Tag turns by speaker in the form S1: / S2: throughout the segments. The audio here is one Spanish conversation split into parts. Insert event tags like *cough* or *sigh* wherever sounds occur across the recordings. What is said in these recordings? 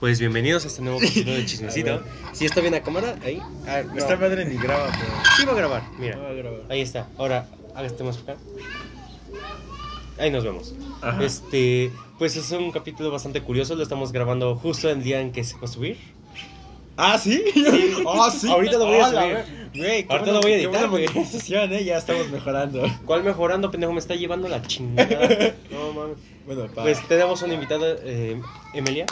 S1: Pues bienvenidos a este nuevo capítulo de Chismecito. ¿Sí está bien la cámara? Ahí. Ah, no.
S2: Esta madre ni graba, pero
S1: Sí va a grabar,
S2: no va
S1: mira.
S2: a grabar.
S1: Ahí está. Ahora, hágate más para acá. Ahí nos vemos.
S2: Ajá.
S1: Este, pues es un capítulo bastante curioso. Lo estamos grabando justo el día en que se va a subir.
S2: Ah, sí. Ah, *laughs* sí.
S1: Ahorita lo voy a
S2: Hola,
S1: subir.
S2: güey. Güey, qué
S1: Ahorita
S2: bueno-
S1: lo voy a
S2: qué
S1: editar,
S2: buena
S1: güey.
S2: monetización, eh, ya estamos mejorando.
S1: ¿Cuál mejorando, pendejo? Me está llevando la chingada. No mames.
S2: Bueno, pa.
S1: Pues tenemos una invitada, eh, Emilia.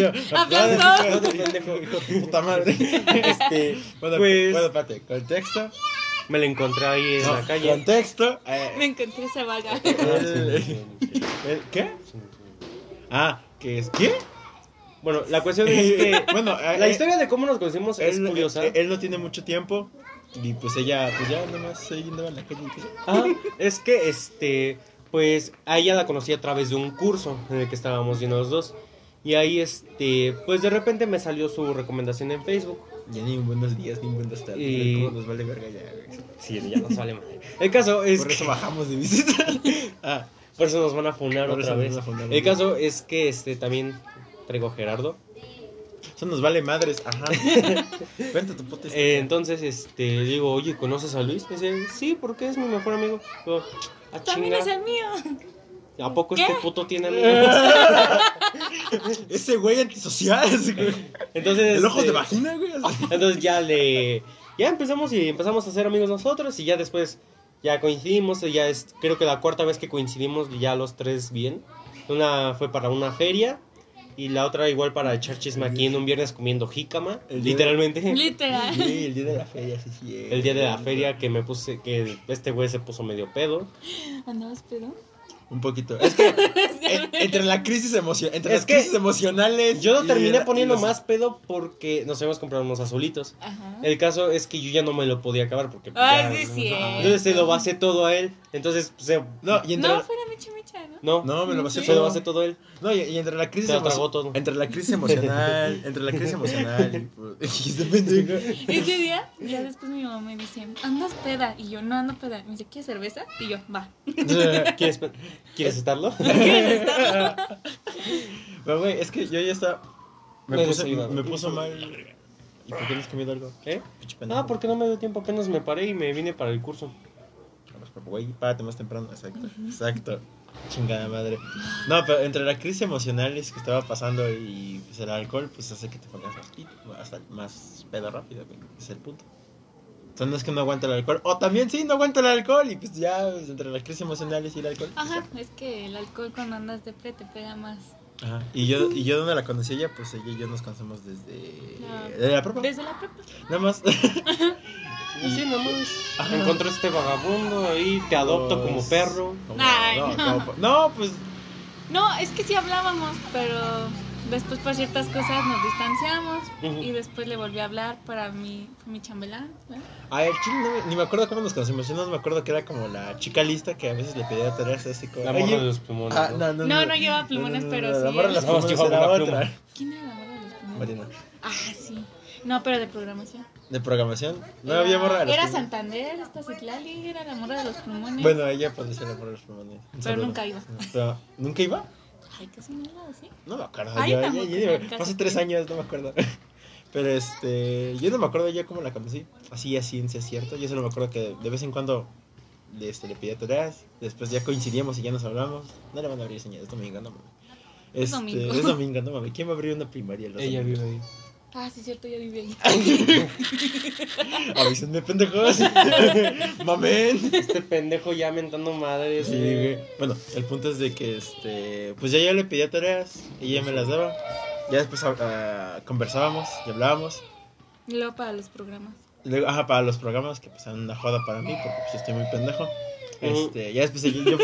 S1: *laughs*
S2: yo,
S3: Aplausos.
S1: No
S2: aplausos,
S1: te
S2: hijo de-
S1: pendejo, hijo de
S2: hijo de
S1: puta. *laughs*
S2: Puta madre.
S1: Este,
S2: Bueno,
S1: pues
S2: bueno, espérate, contexto.
S1: me la encontré ahí en la
S2: No,
S1: calle.
S2: Contexto. eh,
S3: Me encontré esa
S1: *laughs*
S3: vaga.
S1: Ah, sí, sí, sí.
S2: el- ¿Qué? Ah, ¿qué es? ¿Qué?
S1: Bueno, la cuestión es
S2: *laughs*
S1: que
S2: bueno, eh,
S1: Este, la
S2: eh,
S1: historia de cómo nos conocimos es
S2: él,
S1: curiosa.
S2: él- él no tiene mucho tiempo. Y pues ella, pues ya nomás ahí andaba en la calle. y pues,
S1: Ah, es que este, pues a ella la conocí a través de un curso en el que estábamos yendo los dos. Y ahí este, pues de repente me salió su recomendación en Facebook.
S2: Ya ni un buenos días, ni un buenas tardes.
S1: Y-
S2: ¿Cómo nos vale verga ya, güey?
S1: Sí, ya no sale madre. El caso es
S2: Por
S1: que
S2: eso bajamos de visita. ah,
S1: por eso nos van a funar
S2: Por eso
S1: otra
S2: nos
S1: vez.
S2: van a funar.
S1: El caso es que este también traigo a Gerardo.
S2: eso nos vale madres. Ajá. Cuenta tu puta historia.
S1: Eh, entonces, este, digo, oye, ¿conoces a Luis? Me dice, sí, porque es mi mejor amigo. Yo, "Ah,
S3: También
S1: chinga,
S3: es el mío.
S1: ¿A poco
S3: ¿Qué?
S1: este puto
S3: *laughs*
S1: tiene amigos?
S2: Ese güey antisocial. ese güey.
S1: Entonces,
S2: El ojos de
S1: este,
S2: vagina, güey. así.
S1: Entonces ya le... Ya empezamos y empezamos a ser amigos nosotros y ya después ya coincidimos, y ya es creo que la cuarta vez que coincidimos ya los tres bien. Una fue para una feria y la otra igual para echar chisme aquí en un viernes comiendo jícama,
S2: El día-
S1: literalmente. *laughs*
S3: Literal.
S2: Sí, el día de la feria, sí, sí.
S1: El día de la feria que me puse, que este güey se puso medio pedo.
S3: Andabas pedo.
S2: Un poquito. Es que en- entre la crisis emocional, entre
S1: Es
S2: las
S1: que
S2: crisis emocionales.
S1: Yo lo
S2: y
S1: terminé
S2: la- y
S1: poniendo
S2: los-
S1: más pedo porque nos habíamos comprado unos azulitos.
S3: Ajá.
S1: El caso es que yo ya no me lo podía acabar porque... pues,
S3: Ay,
S1: ya-
S3: sí, es cierto.
S1: Entonces se lo basé todo a él. Entonces pues, se...
S2: No, y entre
S3: No, fuera Micha Micha,
S1: No,
S3: ¿no?
S2: No, me lo pasé
S1: se lo
S2: todo.
S1: basé todo él.
S2: No, y, y entre la crisis
S1: Se lo tragó
S2: emocional.
S1: todo.
S2: Entre la crisis emocional, entre la crisis emocional. y, pues, *laughs* y este pendejo.
S3: Ese día, ya después mi mamá me dice, andas peda. Y yo, no ando peda. Me dice, ¿quieres cerveza? Y yo, va.
S1: ¿Quieres, pe- ¿quieres *laughs* estarlo?
S2: Pero, güey, es que yo ya estaba. Me,
S1: Me
S2: puse,
S1: desayunaba.
S2: me puso mal. ¿Y por qué no has comido algo?
S1: ¿Eh?
S2: Pinche pendejo.
S1: Ah, porque no me dio tiempo, apenas me paré y me vine para el curso.
S2: Vamos, pero, Güey, párate más temprano. Exacto, exacto. Chingada madre. No, pero entre la crisis emocional es que estaba pasando y pues, el alcohol, pues hace que te pongas más, pito, hasta más pedo rápido, güey. Es el punto. O sea, no es que no aguanta el alcohol. O también sí, no aguanta el alcohol. Y pues ya, pues, entre las crisis emocionales y el alcohol. pues,
S3: Ajá, es que el alcohol cuando andas de pre te pega más.
S2: ya. Ajá. Y yo, y yo donde la conocí ella, pues ella y yo nos conocemos desde.
S3: No.
S2: De la propia.
S3: Desde la prepa.
S2: Nada más.
S1: Y así nomás.
S2: Ajá.
S1: Encontré este vagabundo ahí, te adopto como
S2: Pues,
S1: perro.
S2: como-
S3: Ay,
S2: no,
S3: no.
S2: como- no, pues.
S3: No, es que sí hablábamos, pero después por ciertas cosas nos distanciamos.
S1: Ujú.
S3: Y después le volví a hablar para mi, mi chambelán. ¿no?
S2: A ver, chile, no me- ni me acuerdo cómo nos conocimos. Yo no me acuerdo que era como la chica lista que a veces le pedía tareas así como.
S1: La morra
S2: "Oye,
S1: de los plumones.
S2: ah,
S1: ¿no?
S2: no, no,
S3: No, no llevaba plumones, pero
S2: La
S3: sí
S2: morra de
S3: era-
S2: las
S1: No,
S2: plumones
S1: llevaba una
S2: era otra.
S3: ¿Quién era la morra de los primeros?
S2: Marina.
S3: Ah, sí. No, pero de programación.
S2: De programación. No había morra de los
S3: Era
S2: plumones.
S3: Santander, esta Citlali, era la morra de los plumones.
S2: Bueno, ella podía ser la morra de los plumones. Un
S3: Pero
S2: saludo.
S3: nunca iba.
S2: Pero, ¿Nunca iba?
S3: Ay, casi no era así.
S2: No me acuerdo.
S3: Ay,
S2: yo,
S3: tampoco,
S2: yo- yo-
S3: nunca
S2: hace
S3: supe.
S2: tres años, no me acuerdo. *laughs* Pero este, yo no me acuerdo ya cómo la conocí. Así a ciencia cierta. Yo solo me acuerdo que de vez en cuando le, este, le pedía tareas. Después ya coincidíamos y ya nos hablamos. No le van a abrir señales, es domingo, no mames. Este,
S3: domingo.
S2: Es domingo, no mames. ¿Quién va a abrir una primaria? los
S1: Ella
S2: domingos?
S1: vive ahí.
S3: Ah, sí, cierto, yo viví ahí.
S2: Avísenme, pendejos. Mamen.
S1: Este pendejo ya mentando madres.
S2: Sí,
S1: güey.
S2: güey. Bueno, el punto es de que este, pues ya yo le pedía tareas y ella me las daba. Ya después ah, conversábamos y hablábamos.
S3: Y luego para los programas.
S2: Y Luego, ajá, para los programas que pues eran una joda para mí, porque pues, yo estoy muy pendejo. Este, ya
S1: *laughs*
S2: después ella, yo,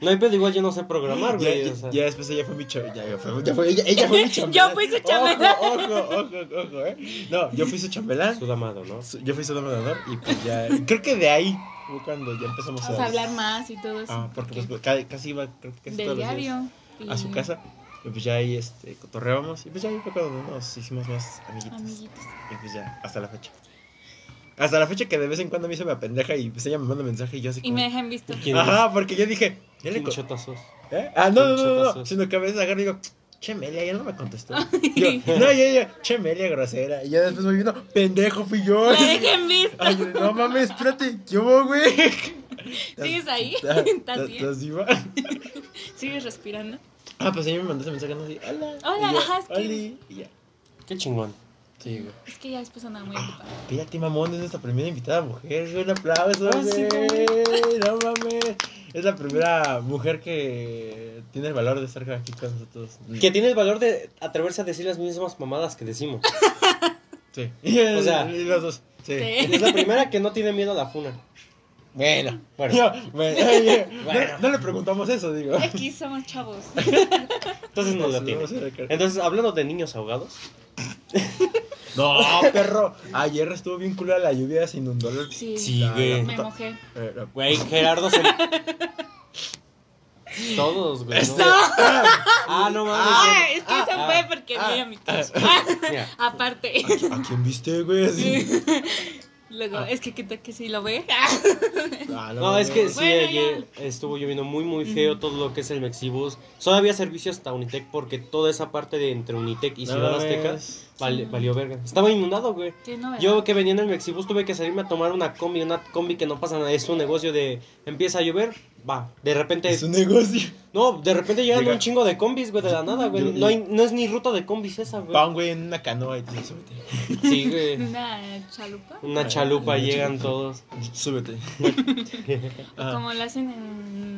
S1: No hay pedo, igual yo no sé programar,
S2: ya,
S1: güey. o
S2: ya-
S1: sea.
S2: ya después ella fue mi chave, ya, ya fue, ya fue- ella,
S1: *laughs*
S2: ella fue mi chambelán.
S3: Yo fui su chambelán.
S2: Ojo, ojo, ojo, ojo, eh. No, yo fui su chambelán,
S1: Sudamado, ¿no?
S2: su- yo fui su domador y pues ya, creo que de ahí fue cuando ya empezamos
S3: Vamos a hablar más y todo eso.
S2: Ah, porque pues, ca- casi iba, creo que casi
S3: del
S2: todos los días
S3: diario.
S2: a su
S3: y
S2: casa. Y pues ya ahí este, cotorreábamos y pues ya ahí fue cuando nos hicimos más amiguitos.
S3: Amiguitos.
S2: Y pues ya, hasta la fecha. Hasta la fecha que de vez en cuando a mí se me apendeja y pues ella me manda mensaje y yo así
S3: Y
S2: como-
S3: me dejan visto.
S1: ¿Quién
S2: Ajá, porque yo dije, ya le,
S1: ¿Quién
S2: co-
S1: chota sos?
S2: ¿Eh? Ah, no, no,
S1: Pinche
S2: no, no,
S1: pasos.
S2: Sino que a veces agarro y digo, che, Melia, ya no me
S3: *laughs*
S2: contestó. Yo, no, ya, ya, che, Melia, grosera. Y ya después voy viendo, pendejo, fui yo.
S3: La dejé en vista.
S2: Ay, no mames, espérate, ¿qué hubo, güey?
S3: *laughs*
S2: *laughs*
S3: ¿Sigues ahí? *laughs*
S2: ¿Estás-
S3: ¿Estás bien?
S2: ¿Estás viva?
S3: ¿Sigues respirando?
S2: Ah, pues ella me mandó ese mensaje, no así, hola.
S3: Hola,
S2: Y yo,
S3: ajá, es que-
S2: "Oli". Y ya.
S1: Qué chingón.
S2: Sí, güey.
S3: Es que ya después andaba
S2: Ah.
S3: muy ocupada.
S2: Pírate, mamón, es nuestra primera invitada mujer. güey, Un aplauso,
S1: Ah, sí,
S2: güey. No mames. Es la primera mujer que tiene el valor de estar aquí con nosotros.
S1: Que tiene el valor de atreverse a decir las mismas mamadas que decimos.
S2: Sí.
S1: O sea-
S2: *laughs* Y los dos. Sí.
S3: Sí.
S1: Es la primera que no tiene miedo a la funa. Bueno, bueno.
S2: *laughs* Yo,
S1: *laughs*
S2: bueno,
S1: Bueno.
S2: No, no le preguntamos eso, digo.
S3: Aquí somos chavos.
S1: Entonces no lo tiene.
S2: Vamos a recar-
S1: Entonces, hablando de niños ahogados.
S2: No, perro. Ayer estuvo bien cool la lluvia, se inundó el... *laughs*
S3: Sí.
S1: Sí, güey.
S3: Me mojé.
S2: Eh,
S1: *laughs*
S2: la-
S1: Güey, Gerardo se. Todos, güey. ¿no?
S2: Este- Ah,
S1: Ah, no mames.
S3: Ah, es que
S1: ah,
S3: eso
S1: ah,
S3: fue porque
S2: ah,
S3: vi a mi tos.
S1: Mira,
S2: *laughs*
S3: Aparte.
S2: ¿A quién viste, güey? Así.
S3: Luego,
S2: Ah.
S3: es que qué tal que si lo ve.
S2: Ah,
S1: No, es que sí,
S3: Bueno,
S1: ayer estuvo lloviendo muy, muy feo todo lo que es el Mexibus. Solo había servicio hasta Unitec porque toda esa parte de entre Unitec y Ciudad Azteca vale- valió verga. Estaba inundado, güey.
S3: Sí, no, ¿verdad?
S1: Yo que venía en el Mexibus tuve que salirme a tomar una combi, una combi que no pasa nada. Es un negocio de empieza a llover, va. De repente,
S2: Es
S1: *laughs*
S2: un negocio.
S1: no, de repente llegan
S2: Llega.
S1: un chingo de combis, güey, de la nada, güey.
S2: Yo-
S1: No, hay, no es ni ruta de combis esa, güey.
S2: Va un güey en una canoa y te dice, súbete.
S1: Sí, güey.
S3: Una
S1: *laughs*
S3: chalupa.
S1: Una chalupa,
S2: Una
S1: llegan
S2: chalupa.
S1: todos.
S3: *laughs*
S2: Súbete.
S3: O
S2: Ah,
S3: como lo hacen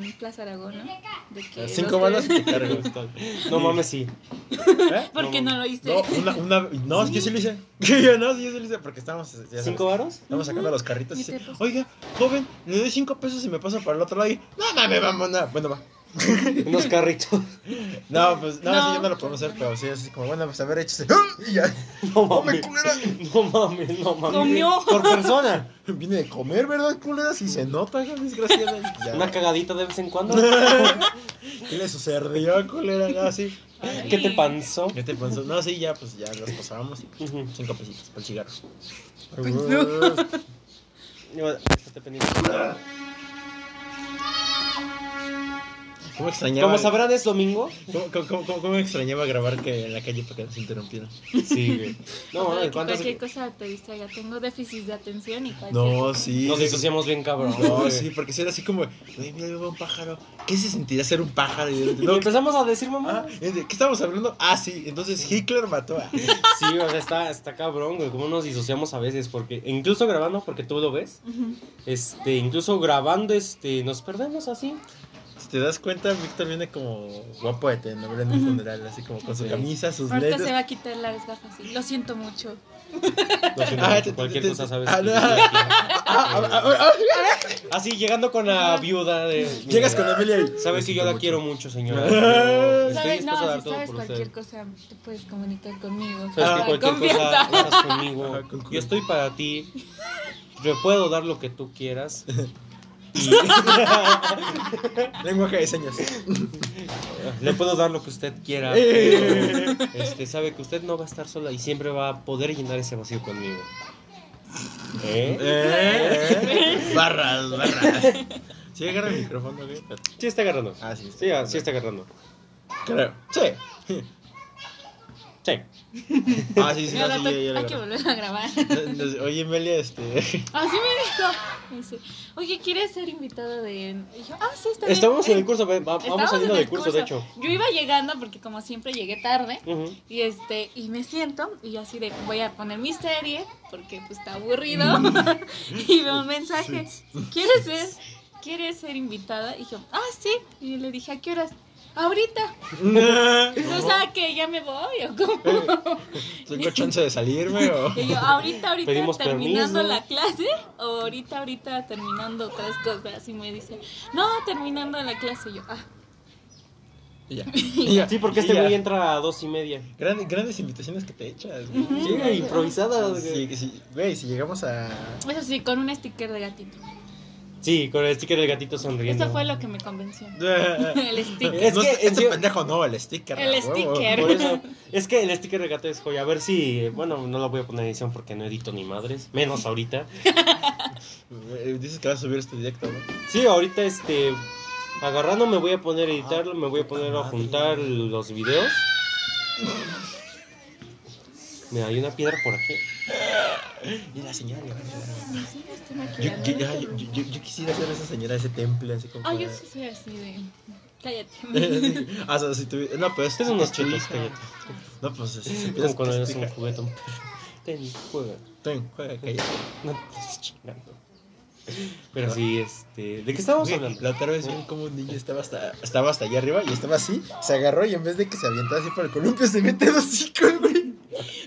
S3: en Plaza Aragón, ¿no? De que
S2: cinco
S3: dos,
S2: balas
S3: tres-
S2: y te cargo.
S1: No mames, sí.
S2: ¿Eh?
S3: ¿Por qué no lo hice?
S2: No, una, una, no, es que yo sí lo hice. *laughs* Yo no, sí, yo sí lo hice porque estábamos. ya sabes,
S1: ¿Cinco varos?
S2: Estamos sacando los carritos y
S3: Ni te
S2: dice,
S3: paso.
S2: oiga, joven, le doy cinco pesos y me paso para el otro lado y, no mames, mamona. Bueno, va.
S1: Unos carritos. *laughs*
S2: No, pues, no,
S3: No.
S2: sí, ya no lo podemos hacer, pero sí, así como, bueno, pues a ver, échese. *laughs* Y
S3: *laughs*
S2: ya,
S1: No
S2: come,
S1: mames.
S2: culera.
S1: No mames, no mames.
S3: Comió.
S1: Por persona.
S2: Viene de comer, ¿verdad, culera? Si se nota, hija desgraciada. Y ya.
S1: Una cagadita de vez en cuando.
S2: ¿Qué le sucedió, culera? No, sí.
S3: Ay.
S1: ¿Qué te panzó?
S2: ¿Qué te pensó? No, sí, ya, pues ya las pasábamos.
S1: Ujú.
S2: Cinco pesitos para el cigarro.
S1: Yo- estate pendiente.
S2: *laughs* ¿Cómo extrañaba?
S1: Como sabrán, es domingo.
S2: ¿Cómo, cómo, cómo- cómo- cómo extrañaba grabar que en la calle para que nos interrumpieran?
S1: Sí, güey. No,
S3: O de
S1: mames,
S3: Pues que
S1: ¿cuántas?
S3: cualquier cosa te distraiga. Tengo déficit de atención y cualquier
S2: No, sí.
S1: Nos disociamos bien, cabrón.
S2: No,
S1: güey.
S2: sí, porque si era así como, güey, mira, yo veo un pájaro. ¿Qué se sentirá ser un pájaro? Y de repente,
S1: Y
S2: *laughs* no,
S1: empezamos a decir,
S2: ah,
S1: mamá.
S2: es de, ¿Qué estamos hablando? Ah, sí, entonces Hitler mató a.
S1: Sí, o sea, está, está cabrón, güey. Cómo nos disociamos a veces. Porque, e incluso grabando, porque tú lo ves.
S3: Ujú.
S1: Este, incluso grabando, este, nos perdemos así.
S2: Si te das cuenta, Víctor viene como guapo de telenovela en un funeral, así como con su
S1: Sí.
S2: camisa, sus
S1: Pues
S3: Ahorita se va
S2: lentes.
S3: a quitar las gafas. sí. Lo siento mucho.
S1: No sé,
S2: Ah, te-
S1: cualquier
S2: te-
S1: cosa,
S2: te-
S1: ¿sabes?
S2: ah, no. Ah, ah, ah, ah,
S1: Así, llegando con la viuda de...
S2: Llegas con Amelia y.
S1: Sabes que yo la
S2: Mucho.
S1: quiero mucho, señora.
S2: *laughs* Ah.
S1: pero Estoy
S3: ¿Sabes?
S1: dispuesto a
S3: No,
S1: dar
S3: si
S1: todo
S3: sabes
S1: por
S3: cualquier
S1: usted.
S3: cosa, te puedes comunicar conmigo.
S1: Sabes que
S2: Ah,
S3: Con
S1: cualquier
S3: confianza.
S1: cosa estás conmigo.
S2: Ajá, concuerdo.
S1: Yo estoy para ti. Yo puedo dar lo que tú quieras.
S2: Lenguaje de señas.
S1: Le puedo dar lo que usted *laughs* quiera.
S2: Eh.
S1: pero, este sabe que usted no va a estar sola y siempre va a poder llenar ese vacío conmigo. ¿Eh?
S2: Eh, eh. Barras, barras. Sí, agarra el micrófono, güey.
S1: Sí está agarrando.
S2: Ah, sí.
S1: Sí, ah, sí está agarrando.
S2: Creo. Sí.
S1: Sí.
S2: Ah, sí, sí,
S3: Mira,
S2: no, sí, ya,
S3: rato,
S2: ya lo
S3: hay que
S2: agarré.
S3: volver a grabar.
S2: No, no, Oye, Melia, este.
S3: Así me dijo. Me dice, Oye, ¿quieres ser invitado de.? Y yo, ah, sí, está bien.
S1: Estamos en
S3: Eh,
S1: el curso, va- va- vamos
S3: estábamos
S1: saliendo
S3: en el
S1: del curso, de hecho.
S3: Yo iba llegando porque, como siempre, llegué tarde.
S1: Ujú.
S3: Y este, y me siento, y yo así de voy a poner mi serie, porque pues está aburrido.
S1: Mm.
S3: *laughs* y veo un mensaje. ¿Quieres ser? ¿Quieres ser invitada? Y yo, ah, sí. Y le dije, ¿a qué horas? Ahorita. O sea que ya me voy o cómo.
S1: Eh.
S2: ¿Tengo chance de salirme o.?
S3: *laughs* Y yo, ahorita, ahorita
S1: Pedimos
S3: terminando
S1: permiso.
S3: la clase, o ahorita, ahorita terminando otras cosas. Y me dice, no, terminando la clase. Y yo, ah,
S2: Y ya. Y
S1: *laughs*
S2: ya.
S1: Sí, porque este
S2: Y ya.
S1: güey entra a dos y media.
S2: Grande- grandes invitaciones que te echas. güey.
S3: Ujú.
S1: Sí, güey, improvisadas. güey.
S2: Sí, sí, güey, si llegamos a.
S3: eso sí, con un sticker de gatito.
S1: Sí, con el sticker del gatito sonriendo.
S3: Eso fue lo que me convenció. *laughs*
S2: *laughs*
S3: El
S2: El
S3: sticker.
S1: Es
S2: Es
S1: que,
S2: que
S1: en
S2: este
S1: serio-
S2: pendejo no, el sticker.
S3: El
S2: a huevo. *laughs*
S3: sticker.
S1: Por
S3: *laughs*
S1: eso, es que el sticker de gato es joya. A ver si, eh, bueno, no lo voy a poner en edición porque no edito ni madres, menos ahorita.
S2: Eh, Dices que vas a subir este directo, ¿no?
S1: Sí, ahorita este Agarrando me voy a poner a editarlo, me voy a poner a juntar los videos. Mira, hay una piedra por aquí.
S2: Y la señora le va a ayudar.
S3: Sí, estoy
S2: Yo,
S3: maquillando.
S2: yo- ya, yo- yo- yo quisiera ser esa señora de ese temple, así como.
S3: Ah, yo
S2: para-
S3: sí soy así de. Cállate. *laughs*
S2: Sí. *laughs* Ah, o sea, si tuvi- No, pero este
S1: Estos son
S2: es una
S1: unos chetos,
S2: chulita. *laughs*
S1: cállate.
S2: No, pues así se
S1: Como cuando eres un
S2: explica.
S1: juguete,
S2: *laughs*
S1: un perro. Ten, juega.
S2: Ten, juega, cállate.
S1: No te estés chingando. Pero sí, este. ¿De qué estábamos
S2: Güey,
S1: hablando?
S2: La otra vez vi como un niño estaba hasta, estaba hasta allá arriba y estaba así, se agarró y en vez de que se avientara así por el columpio, se mete los hocico, güey.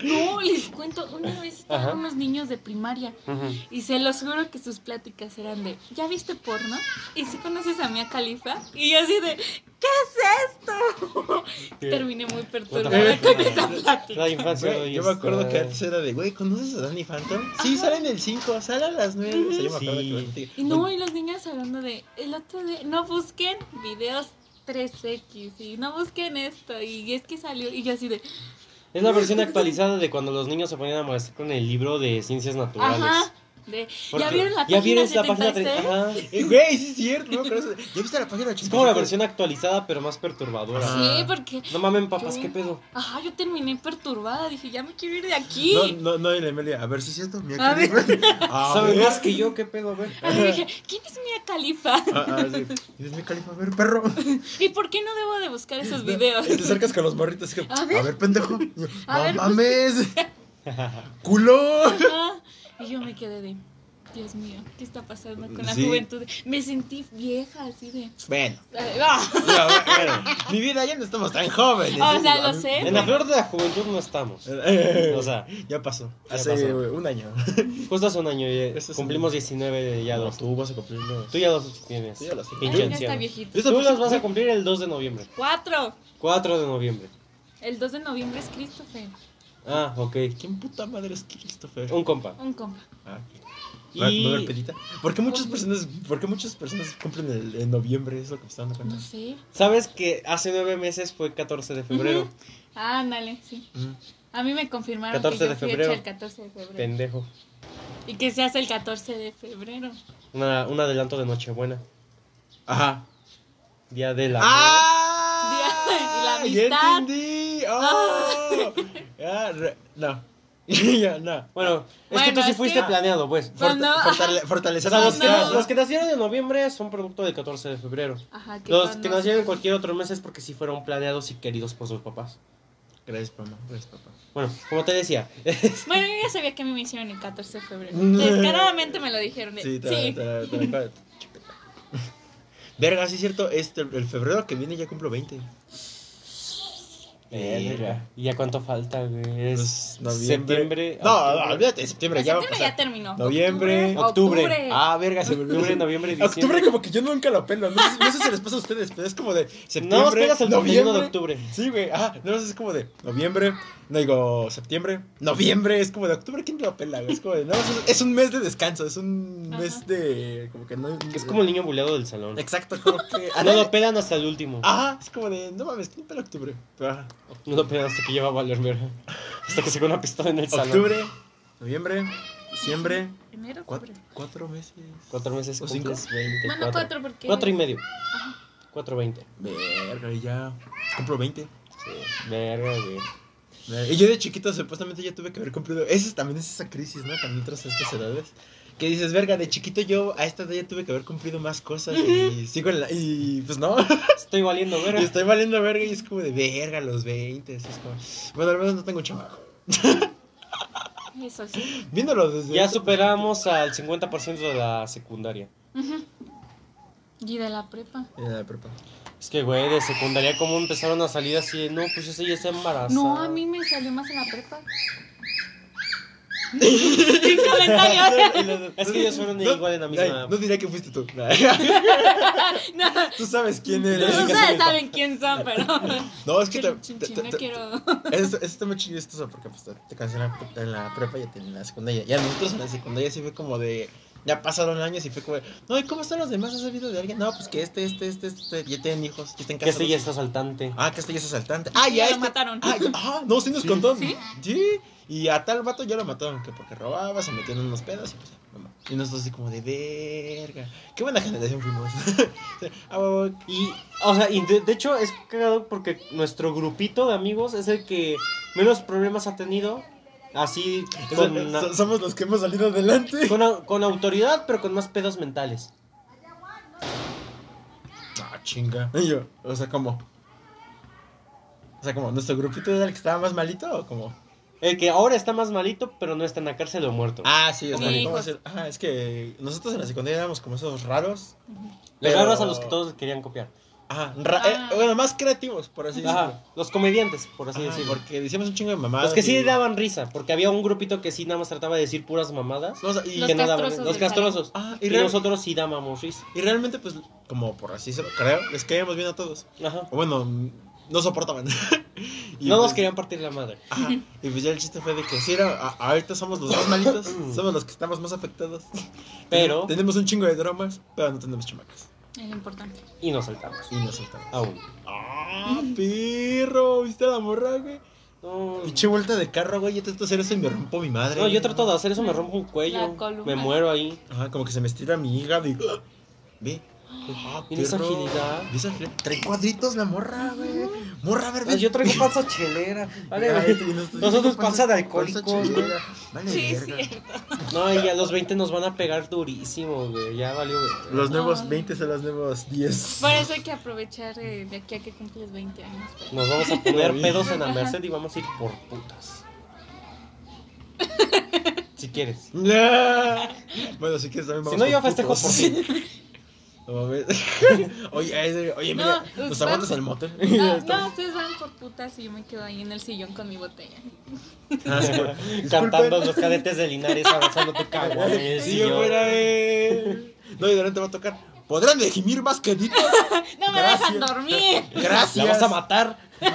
S3: No, les cuento, una vez estaban
S1: Ajá.
S3: unos niños de primaria
S1: Ujú.
S3: y se los juro que sus pláticas eran de, ¿ya viste porno? ¿Y si conoces a Mia Califa? Y yo así de, ¿qué es esto?
S1: ¿Qué?
S3: Terminé muy
S1: What
S3: perturbada
S1: the
S3: con
S1: fuck?
S3: esa plática.
S1: La infancia
S2: Güey,
S1: hoy
S2: yo me acuerdo
S1: Ah, está-
S2: que antes era de, güey, ¿conoces a Danny Phantom? Sí, sale en el 5, sale a las 9. O sea, yo me acuerdo
S1: Sí.
S2: que
S3: Y no, y los niños hablando de, el otro día, no busquen videos 3X y no busquen esto. Y es que salió, y yo así de,
S1: Es la versión actualizada de cuando los niños se ponían a molestar con el libro de ciencias naturales.
S3: ajá, de, ¿ya
S1: Porque-
S3: vieron la
S1: ¿Ya
S3: página
S1: vieron la
S3: 76?
S1: página tre- ajá.
S2: Eh, Güey, sí es cierto, no, pero eso- ¿Ya viste la página
S1: Es como la versión actualizada, pero más perturbadora.
S2: Ajá.
S3: Sí, porque,
S1: No mamen, papas,
S3: Yo-
S1: ¿qué pedo?
S3: ajá, yo terminé perturbada, dije, ya me quiero ir de aquí.
S2: No, no, no, y la Emilia, a ver si es cierto. Mira,
S3: A
S2: que-
S3: *laughs*
S2: Ah, A
S1: ¿Saben
S2: ver.
S1: más que yo? ¿Qué pedo? A ver.
S3: Así *laughs* dije, ¿quién es Mia Califa?
S2: Ah, ah, sí. Y es mi califa, a ver,
S3: *laughs*
S2: perro.
S3: ¿Y por qué no debo de buscar esos
S2: Y te
S3: videos?
S2: acercas con los morritos y que,
S3: A
S2: a
S3: ver.
S2: ver, pendejo. Y yo,
S3: A
S2: "No
S3: ver, pues,
S2: mames. *laughs* Culo.
S3: *laughs* Ajá. Y yo me quedé de, Dios mío, ¿qué está pasando con la
S2: Sí.
S3: juventud? Me sentí vieja, así de...
S2: Bueno,
S3: "Ay, ah".
S2: ya, bueno, mi vida ya no estamos tan jóvenes.
S3: O sea, lo
S2: A mí-
S3: sé,
S1: En la flor de la juventud no estamos. O
S2: O
S1: sea,
S2: sea, ya pasó.
S1: Ya
S2: Hace
S1: pasó.
S2: eh, un año.
S1: justo hace un año eh,
S2: Eso es
S1: cumplimos
S2: un-
S1: 19 ya
S2: No,
S1: dos.
S2: tú vas a cumplir los.
S1: Tú ya dos tienes.
S2: Tú ya los-
S1: Pinche
S3: Ay, ya
S1: anciano.
S3: está viejito.
S2: Yo
S1: Tú
S2: tampoco-
S1: los pues, vas a cumplir el 2 de noviembre.
S3: Cuatro.
S1: 4 de noviembre.
S3: El 2 de noviembre es Christopher,
S1: Ah, ok.
S2: ¿Quién puta madre es Christopher?
S1: Un compa.
S3: un compa.
S2: Ah, ok.
S1: Y-
S2: ¿Va- va a haber pedita? ¿Por qué muchas personas, por qué muchas personas cumplen el, en noviembre? Es lo que me están dando cuenta.
S3: No sé.
S1: ¿Sabes que hace 9 meses fue 14 de febrero?
S3: Ujú. Ah, ándale, sí.
S2: Mm.
S3: A mí me confirmaron
S1: 14
S3: que yo
S1: de
S3: fui hecha
S1: febrero.
S3: el 14 de febrero.
S1: Pendejo.
S3: Y que se hace el 14 de febrero.
S1: Una- un adelanto de Nochebuena.
S2: Ajá.
S1: Día de la.
S2: ¡Ah!
S3: Día- y la
S2: ¡Ya
S3: amistad.
S2: entendí! ¡Oh! Ya, re- no. *laughs* ya, no.
S1: Bueno, es que
S3: Bueno,
S1: tú sí
S3: es
S1: fuiste
S3: que-
S1: planeado, pues.
S3: Bueno,
S2: Forta-
S3: ajá.
S2: fortale-
S1: O
S2: fortalecer
S1: sea,
S2: la
S1: los, que,
S2: amistad, ¿no?
S1: los que nacieron en noviembre son producto del 14 de febrero.
S3: Ajá, que
S1: Los
S3: cuando-
S1: que nacieron en cualquier otro mes es porque sí fueron planeados y queridos por sus papás.
S2: Gracias, mamá. Gracias, papá.
S1: Bueno, como te decía, *laughs*
S3: Bueno, yo ya sabía que a mí me hicieron el 14 de
S2: *laughs*
S3: febrero.
S2: Mm.
S3: Descaradamente me lo dijeron. de- Sí,
S2: Sí, te, la- te la- te la acabo de- Verga, sí es cierto, este, el febrero que viene ya cumplo 20. Verga.
S1: Eh, ¿Y a cuánto falta, güey? Es
S2: Pues, noviembre.
S1: septiembre. ah,
S2: No,
S1: octubre.
S2: no, olvídate, septiembre
S3: Pero
S2: ya va a
S3: septiembre
S2: pasar.
S3: ya terminó.
S2: Noviembre,
S1: octubre.
S2: Ah, verga, se volvió.
S1: Octubre, noviembre, diciembre.
S2: Octubre como que yo nunca lo pelo, no, sé- no sé si les pasa a ustedes, pero es como de septiembre,
S1: No, esperas el 31 de
S2: noviembre.
S1: octubre.
S2: Sí, güey, ah, no sé, es como de noviembre, no digo septiembre, noviembre, es como de octubre, ¿quién lo pela? güey? Es como de, no, es, es un mes de descanso, es un
S3: Ajá.
S2: mes de, como que no.
S1: Es como el niño buleado del salón.
S2: Exacto,
S1: *laughs*
S2: como que. Ah.
S1: No lo pelan hasta el último.
S2: Ajá, es como de, no mames, ¿quién pela octubre? Pero, ajá.
S1: No lo pelan hasta que lleva valor, verga. Hasta que se con una pistola en el salón.
S2: Octubre, noviembre, diciembre,
S3: Enero,
S2: cuatro,
S3: octubre.
S2: cuatro meses.
S1: Cuatro meses,
S2: O cinco.
S1: cumples 20,
S3: Bueno, cuatro porque.
S1: Cuatro y medio.
S3: Ajá.
S1: Cuatro veinte.
S2: Verga, y ya cumplo 20.
S1: Sí. Verga, güey.
S2: Verga, Y yo de chiquito supuestamente ya tuve que haber cumplido. Esa es- también es esa crisis, ¿no? Cuando entras a estas edades. Que dices, verga, de chiquito yo a esta edad ya tuve que haber cumplido más cosas. Y sigo en la. Y pues no.
S1: Estoy valiendo,
S2: *laughs* Y
S1: verga.
S2: estoy valiendo verga y es como de verga los 20. así Es como... Bueno, al menos no tengo un chamaco.
S3: Eso sí.
S2: Viéndolo desde.
S1: Ya
S2: otro-
S1: superamos al 50% de la secundaria.
S3: Ujú. Y de la prepa.
S2: Eh, la prepa.
S1: Es que, güey, de secundaria, ¿cómo empezaron a salir así? de, No, pues ese ya está embarazada.
S3: No, a mí me salió más en la prepa. *laughs* Sin comentario.
S1: *laughs*
S2: *laughs*
S1: Es que ellos fueron
S2: No,
S1: igual en la
S2: ay,
S1: misma.
S2: No diría que fuiste tú. *laughs*
S3: No,
S2: Tú sabes quién eres.
S1: Yo sí que
S3: ustedes
S1: soy-
S3: saben quién son, pero.
S2: No, *laughs* es que te,
S3: Quiero chin,
S2: te-
S3: chin,
S2: te-
S3: no
S2: te-
S3: quiero.
S2: Eso, eso está muy chido esto, porque pues, te- te cancelan en la prepa y a ti en la secundaria. Y a nosotros en la secundaria sí fue como de. Ya pasaron años y fue como de. No, ¿y cómo están los demás? ¿Has sabido de alguien? No, pues que este, este, este, este. Ya tienen hijos, ya están
S1: Que ese
S2: casados.
S1: ya es asaltante.
S2: Ah, que este ya es asaltante. Ah,
S3: Ya
S2: ya
S3: lo
S2: este.
S3: mataron.
S2: Ah, ya- ah, no, sí nos contó.
S3: ¿Sí?
S2: Sí. Y a tal vato ya lo mataron, que porque robaba, se metió en unos pedos y pues ya, no mames. Y nosotros así como de verga. Qué buena generación fuimos. *laughs* Ah, huevo.
S1: Y, o sea, y de, de hecho es cagado porque nuestro grupito de amigos es el que menos problemas ha tenido.
S2: *laughs*
S1: Así, con,
S2: Son-
S1: na-
S2: son- Somos los que hemos salido adelante.
S1: con, au- con autoridad, pero con más pedos mentales.
S2: Ah, chinga. *laughs* Y yo, o sea, ¿cómo? O sea, como, ¿nuestro grupito era el que estaba más malito o cómo?
S1: El que ahora está más malito, pero no está en la cárcel o muerto.
S2: Ah, sí, o sea,
S3: Amigos.
S2: ¿cómo hacer? Ah, es que nosotros en la secundaria éramos como esos raros.
S1: los
S2: pero-
S1: raros a los que todos querían copiar.
S2: Ajá, ra- eh,
S3: Ah.
S2: bueno, más creativos, por así decirlo.
S1: Ajá, los comediantes, por así
S2: Ajá,
S1: decirlo.
S2: porque decíamos un chingo de mamadas.
S1: Los que sí
S2: y-
S1: daban risa, porque había un grupito que sí nada más trataba de decir puras mamadas.
S2: No, o sea, y,
S1: que no daban, los
S3: castrosos del salón.
S1: castrosos.
S2: Ah, y
S1: Y
S2: real-
S1: nosotros sí dábamos risa.
S2: y realmente, pues, como por así se lo creo, les caíamos bien a todos.
S1: Ajá.
S2: O bueno, mm, no soportaban. *laughs* Y
S1: No nos
S2: pues-
S1: querían partir la madre.
S2: Ajá, *laughs* y pues ya el chiste fue de que si era, a- ahorita somos los más malitos, somos los que estamos más afectados.
S1: Mm. *laughs* Pero-
S2: Tenemos un chingo de dramas, pero no tenemos chamacas.
S3: Es lo importante.
S1: Y nos saltamos.
S2: Y nos soltamos.
S1: Aún.
S2: ¡Ah, *laughs* perro! ¿Viste a la morra, güey?
S1: No,
S2: Pinche vuelta de carro, güey. Yo trato de hacer eso y me rompo mi madre.
S1: no, yo trato de hacer eso, me rompo un cuello.
S3: La columna.
S1: Me muero ahí.
S2: Ajá, como que se me estira mi hígado y. ¡ah! Ve. Ah,
S1: Mira esa
S2: perro.
S1: agilidad.
S2: Mira esa agilidad. Trae cuadritos la morra, güey. Morra, a ver,
S1: Ay,
S2: ven.
S1: yo traigo panza chelera. Vale,
S2: Ay,
S1: güey.
S2: y nosotros-
S1: Nosotros panza de alcohólicos,
S2: panza
S1: *laughs*
S2: chilera. Vale,
S3: Sí,
S2: verga.
S3: sí.
S1: No, y a los 20 nos van a pegar durísimo, güey. Ya valió, güey.
S2: Los nuevos
S3: Ay.
S2: 20 son los nuevos 10.
S3: Por eso hay que aprovechar eh, de aquí a que cumples 20 años. pero-
S1: Nos
S2: *laughs*
S1: vamos a poner
S2: Uy.
S1: pedos en la Merced y vamos a ir por putas. Si quieres.
S2: Bueno, si quieres también vamos
S1: Si no,
S2: con
S1: yo festejo
S2: putos.
S1: por
S2: *laughs*
S1: ti.
S2: No
S1: *laughs*
S2: mames. oye, ay, ay, oye,
S3: No,
S2: mira, nos
S3: vamos-
S2: aguantas al motel.
S3: *laughs* No, no, ustedes van por putas y yo me quedo ahí en el sillón con mi botella.
S2: *laughs* Ah, sí,
S1: *laughs*
S2: güey.
S1: Cantando
S2: Disculpen.
S1: los cadetes de Linares abrazándote caguamas.
S2: Si yo fuera él. No, y de repente va a tocar. ¿Podrán dejimir más que Dito?
S3: ¡No me
S2: Gracias.
S3: dejan dormir! *laughs*
S1: *laughs*
S2: Gracias.
S1: La vas a matar.
S3: ¡La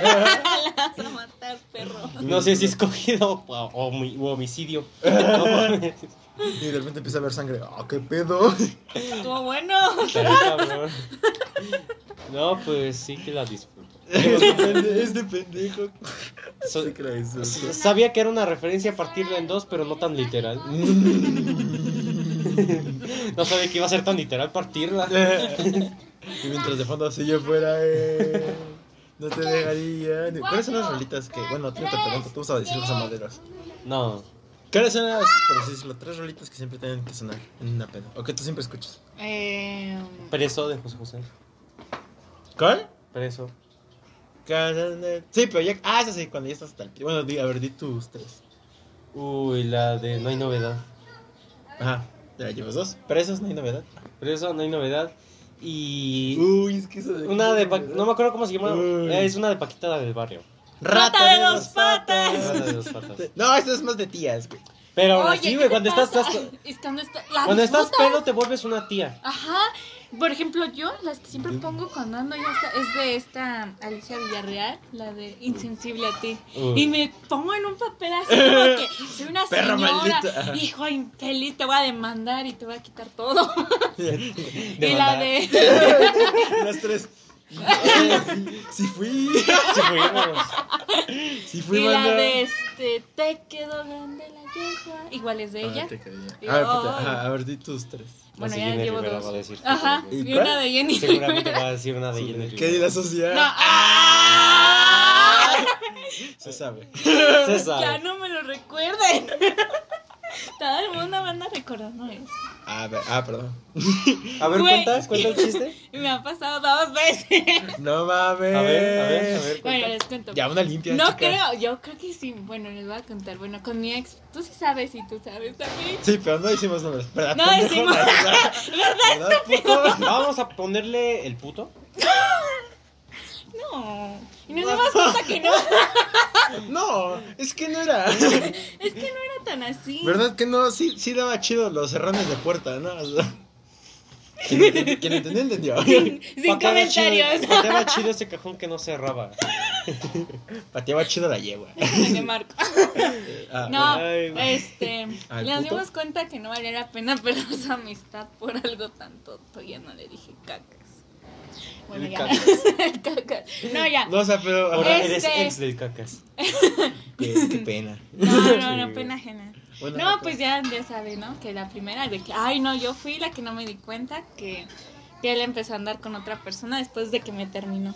S3: vas a matar, perro!
S1: No sé si es cogido o, o homi- o homicidio. *laughs* No mames.
S2: Y de repente empieza a ver sangre. ¡Ah,
S1: *laughs*
S2: qué pedo!
S3: Estuvo bueno.
S1: Estaría cabrón. No, pues sí que la disfruto.
S2: este pendejo.
S1: So-
S2: Sí que la hizo.
S1: sabía que era una referencia a partirla en dos, pero no tan literal.
S2: Mm.
S1: No sabía que iba a ser tan literal partirla.
S2: Eh. y mientras de fondo, si yo fuera él, no te dejaría. ni- ¿Cuáles son las rolitas que.? Bueno, tú no te pregunto, tú vas a decir los amaderos.
S1: No.
S2: ¿Cuáles son las, por así decirlo, tres rolitas que siempre tienen que sonar en una peda? ¿O que tú siempre escuchas?
S3: Eh,
S1: Preso de José José.
S2: ¿Cuál?
S1: Preso.
S2: Sí, pero ya. Ah, esa sí, cuando ya estás hasta el pi- Bueno, di- a ver, di tus tres.
S1: Uy, la de No hay novedad.
S2: Ajá, ya llevas dos. Pero esas no hay novedad.
S1: Preso, no hay novedad. Y
S2: Uy, es que eso de.
S1: una de... Pa- No me acuerdo cómo se llama.
S2: Uy.
S1: Es una de Paquita la del barrio.
S3: ¡Rata de dos patas!
S1: Una de dos patas.
S2: No, esa es más de tías, güey.
S1: Pero ahora
S3: Oye,
S1: sí,
S3: ¿qué
S1: güey,
S3: te
S1: cuando estás,
S3: pasa?
S1: estás-
S3: Es cuando está- la
S1: cuando estás
S3: disfrutas.
S1: pedo te vuelves una tía.
S3: Ajá. Por ejemplo, yo, las que siempre pongo cuando ando ya está, es de esta Alicia Villarreal, la de Insensible a ti. Y me pongo en un papel así como que soy una
S2: Perra
S3: señora,
S2: maldita.
S3: hijo infeliz, te voy a demandar y te voy a quitar todo. *laughs* y la
S1: Demandar.
S3: de
S2: Las tres. Si fui.
S1: Sí, fuimos.
S2: Si fui,
S3: y la
S2: banda.
S3: de este te quedó grande la yegua. Igual es de ella.
S2: Ah, te quedé. A ver,
S3: Y-
S2: puta,
S3: ay.
S2: ajá, a ver, di tus tres.
S3: bueno,
S1: sé,
S3: ya
S1: Jenny
S3: llevo
S1: Rivera
S3: dos.
S1: va a decir que
S3: Ajá.
S1: fue
S2: ¿Y
S3: Y,
S2: cuál?
S3: una de Jenny. *laughs*
S1: Seguramente va a decir una de Jenny
S2: ¿Qué di
S1: Rivera.
S2: la sociedad?
S3: No, ¡ah!
S2: Se sabe.
S1: Se
S3: Ya
S1: sabe.
S3: no me lo recuerden. *laughs* Todo el mundo me anda recordando eso.
S2: A ver, ah, perdón.
S1: A ver,
S3: Güey.
S1: cuenta, cuenta el chiste.
S3: Y me ha pasado dos veces. *laughs*
S2: No mames.
S1: A ver, a ver, a ver.
S3: Bueno,
S1: cuenta.
S3: les cuento.
S2: Ya, una limpia.
S3: No
S2: chica.
S3: creo, yo creo que sí. Bueno, les voy a contar. Bueno, con mi ex, tú sí sabes y tú sabes también.
S2: Sí, pero no decimos nombres. ¿Verdad?
S3: No
S2: pendejo?
S3: decimos- *laughs*
S2: ¿Verdad, puto?
S1: Vamos a ponerle el puto.
S3: No. Y nos damos cuenta
S1: *laughs*
S3: que no,
S2: No, es que no
S3: *laughs*
S2: era.
S3: es que no era tan así.
S2: ¿Verdad que no? Sí, sí daba chido los serrones de puerta, ¿no? O
S3: *laughs*
S2: sea, Quien entendió, quien entendió, entendió.
S3: Sin
S1: Pateaba
S3: comentarios.
S1: chido-
S3: *laughs*
S1: Pateaba chido ese cajón que no cerraba.
S2: Pateaba chido
S1: *laughs*
S2: la yegua.
S3: De Marco.
S2: Ah,
S3: No,
S1: Ay, güey. Ah,
S3: este,
S2: ¿Al
S3: nos
S2: puto?
S3: dimos cuenta que no valía la pena *laughs* perder esa amistad por algo tan tonto. Ya no le dije cacas. Bueno,
S1: El
S3: ya.
S1: cacas.
S3: *laughs* El cacas. No, ya.
S2: Ah, No, o sea, pero.
S1: Ahora
S3: Este-
S1: eres ex del cacas.
S2: Qué, qué pena.
S3: No, no,
S1: Sí,
S3: no,
S1: güey.
S3: pena ajena.
S2: Bueno,
S3: No, pues ya, ya sabe, ¿no? Que la primera, de que, ay, no, yo fui la que no me di cuenta que, que él empezó a andar con otra persona después de que me terminó.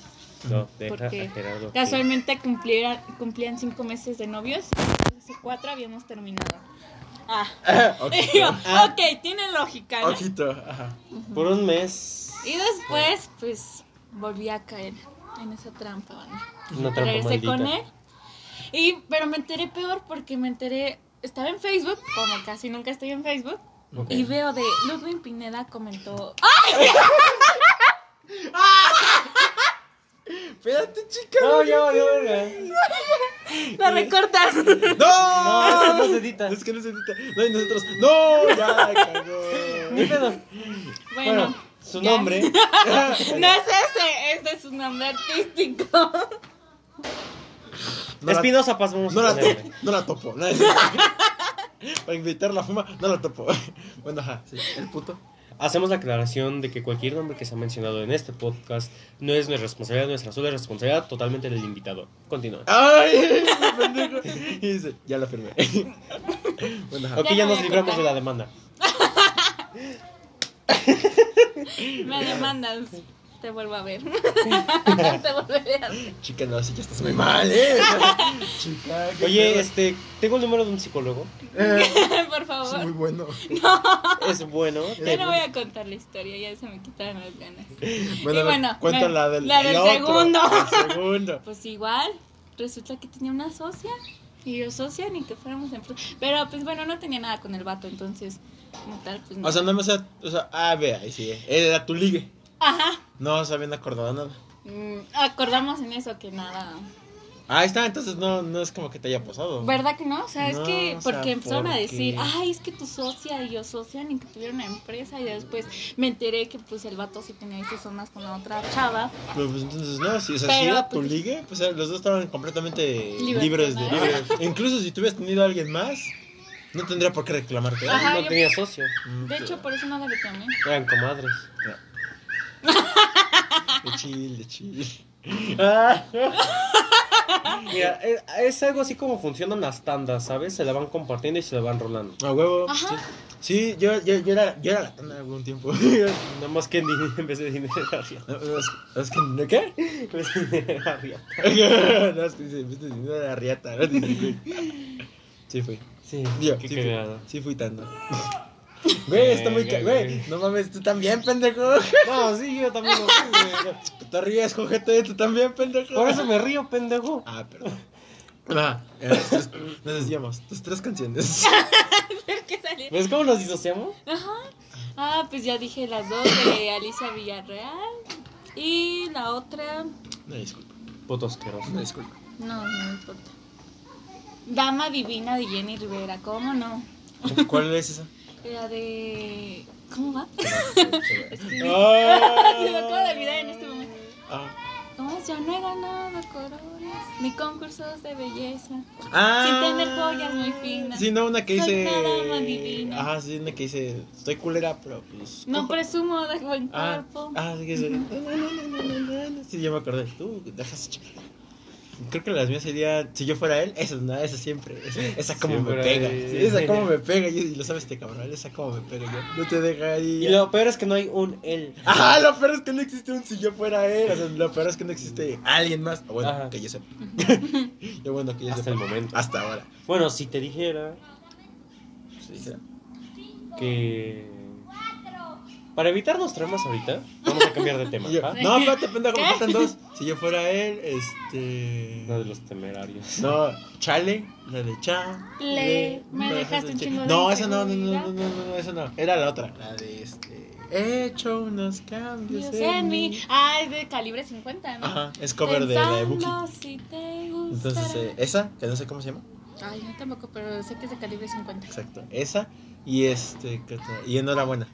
S1: No, deja a
S3: Porque
S1: Gerardo. que-
S3: Casualmente cumpliera- cumplían cinco meses de novios, y hace cuatro habíamos terminado. Ah, *laughs* Y yo,
S2: *laughs* Ojito.
S1: *laughs* Ah.
S3: ok, tiene lógica. ¿no?
S2: Ojito, ajá.
S1: Por un mes.
S3: Y después, pues, volví a caer en esa trampa, banda.
S1: Una trampa
S3: regresé
S1: maldita.
S3: con él. Y, pero me enteré peor porque me enteré, estaba en Facebook, como casi nunca estoy en Facebook,
S1: Ok.
S3: y veo de Ludwig Pineda comentó,
S2: Espérate, chica.
S1: No, ya valió verga.
S3: ¡ay, lo recortas!
S1: No, no
S2: ¡No!
S1: se edita.
S2: Es que no se edita. No, y nosotros.
S1: *laughs*
S2: ¡No! Ya, cagó.
S1: Ni pedo.
S3: Bueno,
S1: su
S3: ya. *laughs*
S1: nombre.
S3: no es ese, este es su nombre artístico.
S2: No la-
S1: Espinosa Paz, vamos
S2: No
S1: a *laughs*
S2: la,
S1: ponerle.
S2: to- no la topo. *laughs* No es- Para invitar la fuma, no la topo. *laughs* Bueno, ajá, sí. El puto.
S1: Hacemos la aclaración de que cualquier nombre que se ha mencionado en este podcast no es mi responsabilidad, nuestra sola responsabilidad totalmente del invitado. Continúa.
S3: Ah.
S2: ¡Ay! *laughs* pendejo. Y dice, ya la firmé. *laughs* Bueno, ajá.
S1: Ok,
S3: Ya
S1: ya
S3: no
S1: nos
S3: voy a
S1: libramos
S3: contar.
S1: de la demanda.
S3: Me demandas, te vuelvo a ver. *laughs* te volveré a ver.
S2: Chica, no, así ya estás muy
S1: *laughs*
S2: mal, ¿eh? Chica, qué
S1: Oye,
S2: pedo.
S1: este, tengo el número de un
S3: *laughs*
S1: psicólogo.
S2: Eh,
S3: Por
S2: es muy
S3: favor.
S2: bueno.
S1: Es bueno.
S3: Yo no voy a contar la historia, ya se me quitaron las ganas.
S2: Bueno,
S3: *laughs* Y bueno,
S2: cuenta
S3: me-
S2: la del,
S3: la
S2: el
S3: del
S2: otro, *laughs*
S3: segundo. *laughs*
S2: El segundo.
S3: Pues igual, resulta que tenía una socia. Y yo socia ni que fuéramos en... Pero pues bueno, no tenía nada con el vato, entonces... Como tal, pues no.
S2: O sea, no me sea, o sea, ah, vea, ahí sí, eh. era tu ligue.
S3: Ajá.
S2: No se habían acordado nada.
S3: Mm, acordamos en eso que nada.
S2: Ah, ahí está, entonces no, no es como que te haya pasado.
S3: ¿Verdad que no? O sea, es
S2: No,
S3: que
S2: o sea,
S3: porque empezaron a
S2: ¿por
S3: decir,
S2: qué?
S3: ay, es que tu socia y yo socia ni que tuviera una empresa. Y después me enteré que pues el vato sí tenía esas zonas con la otra chava.
S2: Pero pues entonces no, si, o sea,
S3: Pero,
S2: si era tu
S3: pues-
S2: ligue, pues eh, los dos estaban completamente
S3: Libertad,
S2: libres de.
S3: ¿no? *laughs*
S2: libres. Incluso si tú hubieras tenido a alguien más, no tendría por qué reclamarte. ¿eh?
S3: Ajá,
S1: no
S3: yo-
S1: tenía socio.
S2: Mm,
S3: De hecho, por eso no la *laughs* reclamé.
S1: Eran comadres.
S2: De chill, de chill.
S1: *laughs* Mira, es, es algo así como funcionan las tandas, ¿sabes? Se la van compartiendo y se la van rolando. *laughs*
S2: A huevo.
S3: Ajá.
S2: Sí, yo, yo, yo, era, yo era la tanda algún tiempo. *laughs* No,
S1: Nada más que en di- en vez de dinero arriata.
S2: no, es, es que, ¿no qué?
S1: En vez de dinero arriata.
S2: *laughs* no, es que dice, viste, no era riata. ¿no? Dice, güey. Sí, fui.
S1: Sí,
S2: Yo,
S1: qué
S2: sí, fui.
S1: cagado.
S2: sí fui tanda. Güey, está muy ca...
S1: Verga,
S2: Güey,
S1: güey.
S2: no mames, tú también, pendejo.
S1: No, sí, yo también lo fui, güey.
S2: Tú te ríes, cojete, tú también, pendejo.
S1: Por eso me río, pendejo.
S2: Ah, perdón. Ah, eh, las tres- nos decíamos, tus tres canciones.
S3: que salí.
S1: ¿Ves cómo nos disociamos?
S3: Ajá. Ah, pues ya dije las dos de Alicia Villarreal. Y la otra.
S2: No, disculpa,
S1: Puto asqueroso.
S2: no, disculpa.
S3: No, no me importa. Dama Divina de Jenny Rivera, ¿cómo no?
S2: ¿Cuál es esa?
S3: La de. ¿Cómo va? *laughs* Es que- Se me acaba de olvidar en este momento.
S2: Ah,
S3: No, yo no he ganado colores ni concursos de belleza.
S2: Ah.
S3: Sin tener joyas muy finas.
S2: Sí, no, una que
S3: Soy
S2: dice.
S3: nada más divina.
S2: Ajá, sí, una que dice. Estoy culera, pero pues.
S3: No
S2: cojo".
S3: presumo de buen
S2: Ah,
S3: cuerpo.
S2: ah, sí, que dice. "No, no, no, no, no, no, no". Sí, ya me acordé. Tú, dejas chica. Creo que las mías serían. Si yo fuera él, esa, no, esa siempre. Esa, esa como me
S1: Siempre.
S2: pega. sí, esa como me pega. Y, y lo sabes, este cabrón. Esa como me pega. yo, No te deja ahí.
S1: Y lo peor es que no hay un él.
S2: Ajá, lo peor es que no existe un si yo fuera él. O sea, lo peor es que no existe alguien más. O bueno,
S1: Ajá.
S2: que yo sepa. *laughs* yo bueno, que yo
S1: Hasta
S2: sepa.
S1: el momento.
S2: Hasta ahora.
S1: Ah, Bueno, si te dijera
S2: Sí, sí.
S1: que. Para evitarnos tramas ahorita, vamos a cambiar de tema.
S2: Y yo,
S1: ¿va?
S2: no, espérate, pendejo,
S3: ¿Qué?
S2: me faltan dos. Si yo fuera él, este.
S1: Uno de los temerarios.
S2: No, chale, la de cha.
S3: Le- me dejaste un
S2: chi-
S3: chingo de
S2: No, esa no, no, no,
S3: inseguridad.
S2: no, no, no, no, esa no. Era la otra. La de este. He hecho unos cambios
S3: Dios en mí. Ah, es de calibre 50, ¿no?
S2: Ajá, es cover de la de Buki.
S3: Pensando si te gustará.
S2: Entonces, eh, esa, que no sé cómo se llama.
S3: Ay, yo tampoco, pero sé que es de calibre 50.
S2: Exacto, esa y este, ¿qué otra? y enhorabuena.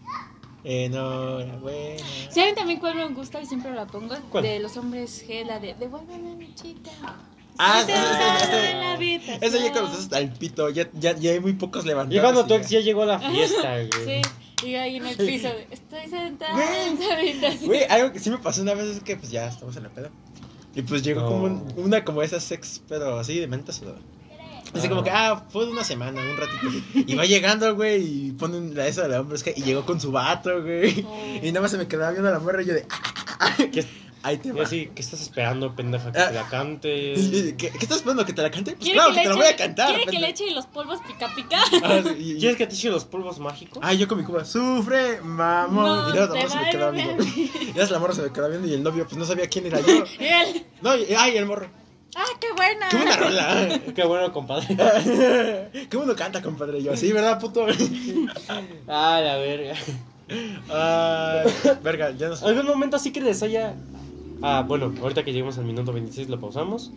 S2: Enhorabuena.
S3: ¿Saben también cuál me gusta y siempre la pongo?
S1: ¿Cuál?
S3: De los hombres G, la de Devuélveme a mi chica.
S2: Ah,
S3: Si
S2: sí,
S3: te gusta,
S2: sí, sí,
S3: dame
S2: sí.
S3: la habitación.
S2: Esa ya conoces hasta el pito, ya, ya, ya hay muy pocos levantados.
S1: Y cuando tu
S2: y
S1: ex ya llegó a la fiesta,
S3: Sí,
S1: güey.
S3: y ahí en el piso de, estoy sentada
S2: Güey.
S3: en esa habitación.
S2: Güey, algo que sí me pasó una vez es que pues ya estamos en la peda. Y pues llegó
S1: No.
S2: como un- una como esas sex, pero así de menta sudada. Así como que, ah, fue de una semana, un ratito. Y va llegando, güey, y ponen la esa de la hombre, es que, y llegó con su vato, güey. Y nada más se me quedaba viendo a la morra y yo de, ah, ah, ah, ah.
S1: ¿Qué-
S2: ahí te
S1: Y
S2: va.
S1: así, ¿qué estás esperando, pendeja? Que
S2: Ah.
S1: te la cante.
S2: ¿Qué, ¿Qué estás esperando? ¿Que te la cante? Pues
S3: ¿Quiere
S2: claro,
S3: que
S2: que
S3: le
S2: te la
S3: eche-
S2: voy a cantar.
S3: ¿Quiere que le
S2: pendejo.
S3: eche los polvos pica pica? *laughs*
S2: Ah, sí, y- y-
S1: ¿Quieres que te eche los polvos mágicos?
S2: Ah, yo con mi cuba, sufre, mamón. y nada, la morra se me
S3: te
S2: quedaba
S3: van a
S2: viendo. Y nada, la morra se me quedaba viendo y el novio, pues no sabía quién era yo.
S3: Y él,
S2: No, y- ay, el morro.
S3: ¡ah, qué buena!
S2: Qué buena rola.
S1: *laughs* Qué bueno, compadre.
S2: Qué bueno canta, compadre. Y Yo, sí, ¿verdad, puto? *laughs*
S1: Ah, la verga.
S2: Ay, verga, ya no sé.
S1: ¿Algún momento así que les haya.? Ah, bueno, ahorita que lleguemos al minuto 26 lo pausamos.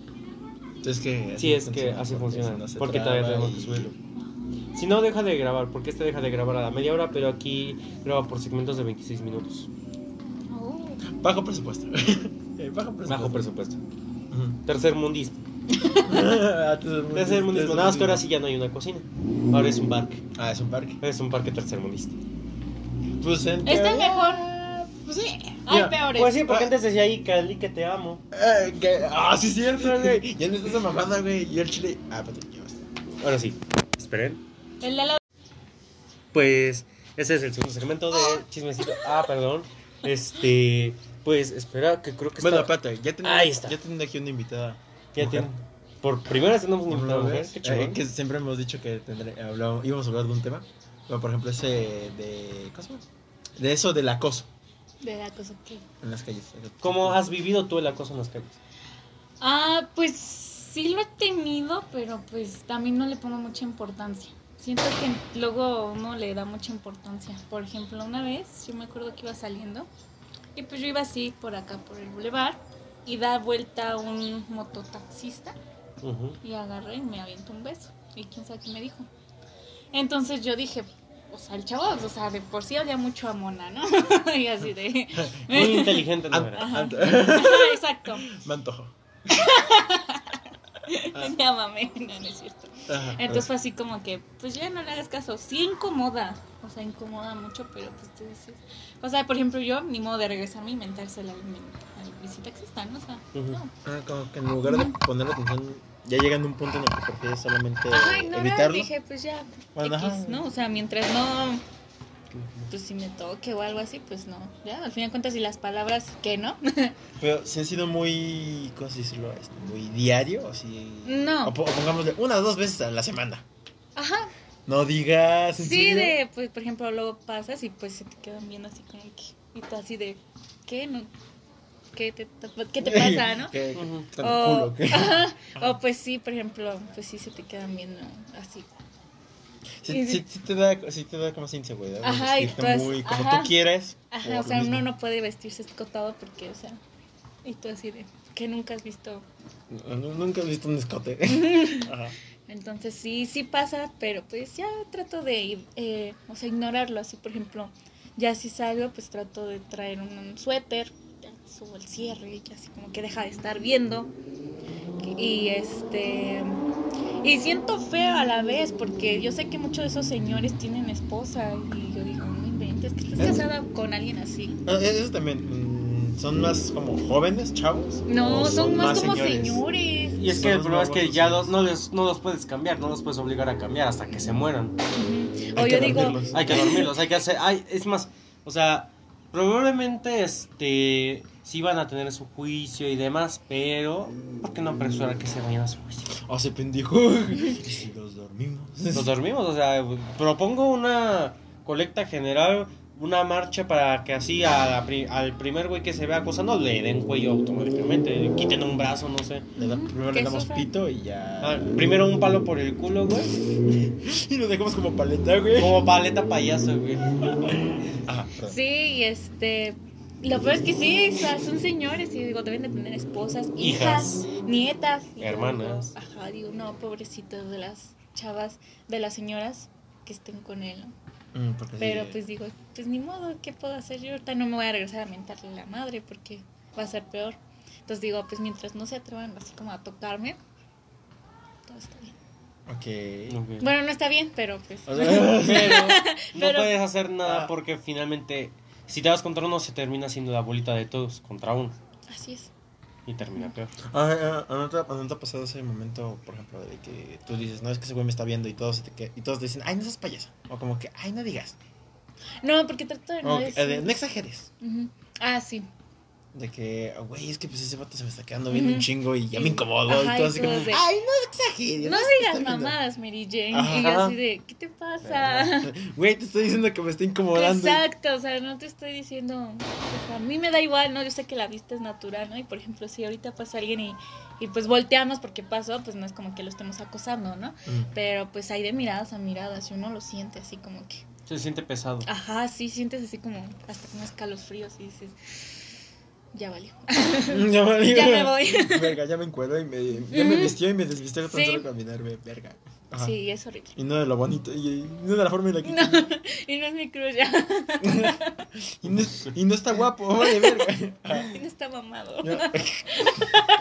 S2: Es que.
S1: Sí, es que así funciona.
S2: no se
S1: Porque
S2: traba
S1: todavía tenemos que
S2: y-
S1: subirlo. Si no, deja de grabar, porque este deja de grabar a la media hora, pero aquí graba por segmentos de 26 minutos.
S3: Oh.
S2: Bajo presupuesto. *laughs* Eh, Bajo presupuesto.
S1: Bajo presupuesto.
S2: Ujú.
S1: Tercer mundismo.
S2: *laughs* Ah, tercer mundo.
S1: Tercer mundismo. Nada más que ahora sí ya no hay una cocina. Ahora es un parque.
S2: Ah, es un parque.
S1: Es un parque tercermundista.
S2: Pues en
S3: *laughs* Está
S2: teoría-
S3: mejor. Pues sí, hay
S2: Mira,
S3: peores.
S1: Pues sí, porque antes decía ahí, Cali, que te amo.
S2: Eh, que- Ah, sí, es cierto, güey. Ya no está esa mamada, güey. Y el chile. Ah, espérate, ya basta.
S1: Ahora sí. Esperen.
S3: El de la...
S1: Pues ese es el segundo segmento de chismecito. Ah, perdón. Este, pues espera, que creo que
S2: Bueno,
S1: está.
S2: aparte, ya tenemos,
S1: Ahí está.
S2: ya tenemos aquí una invitada.
S1: Ya tiene- por primera vez tenemos una invitada
S2: Una
S1: mujer.
S2: vez,
S1: Qué chingón.
S2: eh, que siempre hemos dicho que tendré- hablaba- íbamos a hablar de un tema. Como por ejemplo ese de. ¿Cómo se llama? De eso del acoso
S3: De la cosa que...
S2: en las calles.
S1: ¿Cómo has vivido tú el acoso en las calles?
S3: Ah, pues sí lo he tenido, pero pues también no le pongo mucha importancia. Siento que luego uno le da mucha importancia. Por ejemplo, una vez yo me acuerdo que iba saliendo y pues yo iba así por acá, por el bulevar, y da vuelta un mototaxista
S1: Ujú.
S3: y agarré y me aventó un beso. Y quién sabe qué me dijo. Entonces yo dije, o sea, el chavo, o sea, de por sí había mucho a Mona, ¿no? *laughs* y así de... *laughs*
S1: Muy inteligente, no
S2: An-
S1: era.
S2: an-
S3: Ajá, Exacto.
S2: *laughs* Me antojo.
S3: Llámame, no, no es cierto.
S2: Ajá.
S3: Entonces fue así como que, pues ya no le hagas caso. Sí incomoda, o sea, incomoda mucho, pero pues tú dices. O sea, por ejemplo, yo ni modo de regresarme y mentársela al, al visitaxista, ¿no? O sea,
S1: Ujú.
S3: no.
S2: Ah, como que en lugar de poner atención, ya llegando a un punto en el que prefieres solamente
S3: Ajá, ignorar,
S2: este, evitarlo.
S3: dije, pues ya,
S2: Bueno,
S3: X,
S2: ajá.
S3: ¿no? O sea, mientras no, pues si me toque o algo así, pues no. Ya, al fin de cuentas, y las palabras que no. *laughs*
S2: Pero si han sido muy, ¿cómo se decirlo? Este, Muy diario, así.
S3: No.
S2: O, po- o pongámosle una o dos veces a la semana.
S3: Ajá,
S2: No digas. ¿en
S3: sí,
S2: serio?
S3: de, pues por ejemplo, luego pasas y pues se te quedan viendo así como que, y tú así de, ¿qué? No, ¿qué, te, ¿qué te pasa, no?
S2: *laughs* Que- que-
S1: Ujú.
S2: tan
S3: O,
S2: culo que-
S3: ajá, o pues sí, por ejemplo, pues sí se te quedan viendo así.
S2: Sí, sí- sí te da, sí te da como esa inseguridad. de
S3: Ajá, y
S2: vestirte
S3: tú es-
S2: muy como
S3: ajá.
S2: tú quieres.
S3: Ajá,
S2: por
S3: o sea,
S2: lo
S3: uno
S2: mismo.
S3: no puede vestirse escotado porque, o sea, y tú así de, que nunca has visto.
S2: No- no- Nunca he visto un
S3: *laughs*
S2: escote. Ajá.
S3: Entonces sí, sí pasa, pero pues ya trato de, eh, o sea, ignorarlo. Así, por ejemplo, ya si salgo, pues trato de traer un, un suéter, ya subo el cierre, ya así como que deja de estar viendo. Y este... Y siento feo a la vez, porque yo sé que muchos de esos señores tienen esposa y yo digo, no inventes, que estás casada con alguien así.
S2: Ah, e- Eso también. mm, ¿Son más como jóvenes, chavos?
S3: No,
S2: ¿O
S3: son, más, como señores.
S1: Y es que el
S2: Son
S1: problema es que
S2: babosos.
S1: ya los- no, les, no los puedes cambiar, no los puedes obligar a cambiar hasta que se mueran.
S3: Ujú.
S2: Hay
S3: O
S2: que
S3: yo digo,
S2: dormirlos.
S1: Hay que dormirlos, hay que hacer. Hay, es más, o sea, probablemente este sí van a tener su juicio y demás, pero ¿por qué no apresurar que se vayan a su juicio?
S2: Ah, se pendejo.
S3: *laughs*
S2: ¿Y si los dormimos?
S1: Nos dormimos, o sea, propongo una colecta general, una marcha para que así a la pri- al primer güey que se vea acosando le den cuello automáticamente, le quiten un brazo, no sé.
S2: *laughs* Le da- primero le
S3: Que
S2: damos
S3: sufra.
S2: pito y ya.
S1: Ah, primero un palo por el culo, güey.
S2: *laughs* Y lo dejamos como paleta, güey.
S3: *laughs*
S1: Como paleta payaso, güey.
S2: Ajá, perdón.
S3: Sí, y este. Lo peor es que sí, o sea, son señores y digo, deben de tener esposas, hijas, nietas, y yo
S1: Hermanas.
S3: digo, ajá, digo, no, pobrecitos de las chavas, de las señoras que estén con él. ¿no?
S2: Mm, porque
S3: Pero
S2: sí.
S3: pues digo, pues ni modo, ¿qué puedo hacer? Yo ahorita no me voy a regresar a mentarle la madre porque va a ser peor. Entonces digo, pues mientras no se atrevan así como a tocarme, todo está bien.
S2: Ok.
S3: *laughs*
S1: Ok.
S3: Bueno, no está bien, pero pues.
S2: O *laughs* sea,
S1: Pero no
S3: Pero-
S1: puedes hacer nada
S2: Ah.
S1: porque finalmente, si te vas contra uno, se termina siendo la bolita de todos contra uno.
S3: Así es.
S1: Y termina peor.
S2: Ah, ah, ¿a no te- a no te ha pasado ese momento, por ejemplo, de que tú dices, no, es que ese güey me está viendo y todos, te, que- y todos dicen, ay, no seas payaso? O como que, ay, no digas.
S3: No, porque trato de no
S2: O que,
S3: decir-
S2: eh, de, no exageres.
S3: Ujú. Ah, sí.
S2: De que, "Ah, güey, es que pues ese vato se me está quedando viendo
S3: Ujú.
S2: un chingo y ya me
S3: Y-
S2: incomodo. y
S3: ajá,
S2: todo así
S3: y
S2: como,
S3: todos de-
S2: ay, no exageres.
S3: No
S2: se te
S3: digas
S2: está viendo".
S3: mamadas, Mary Jane.
S2: Ajá.
S3: Y yo así de, ¿qué te pasa?
S2: *laughs* Güey, te estoy diciendo que me está incomodando.
S3: Exacto, o sea, no te estoy diciendo. o sea, a mí me da igual, ¿no? Yo sé que la vista es natural, ¿no? Y por ejemplo, si ahorita pasa alguien y, y pues volteamos porque pasó, pues no es como que lo estemos acosando, ¿no?
S2: Mm.
S3: Pero pues hay de miradas a miradas y uno lo siente así como que.
S1: Se siente pesado.
S3: Ajá, sí, sientes así como hasta como escalofríos y dices. Ya valió.
S2: Mm. *laughs* Ya, valió.
S3: Ya me voy.
S2: *laughs* Verga, ya me encuadro y me, ya me
S3: Ujú.
S2: vistió y me desvistió tan
S3: Sí.
S2: solo caminar, güey, verga. Ajá.
S3: Sí, es horrible.
S2: Y no de lo bonito, y, y no de la forma en la que...
S3: No, y no es mi cruz ya. *laughs*
S2: Y, no, es- y no está guapo, vale, verga. Ajá.
S3: Y no está mamado.
S2: No. *laughs*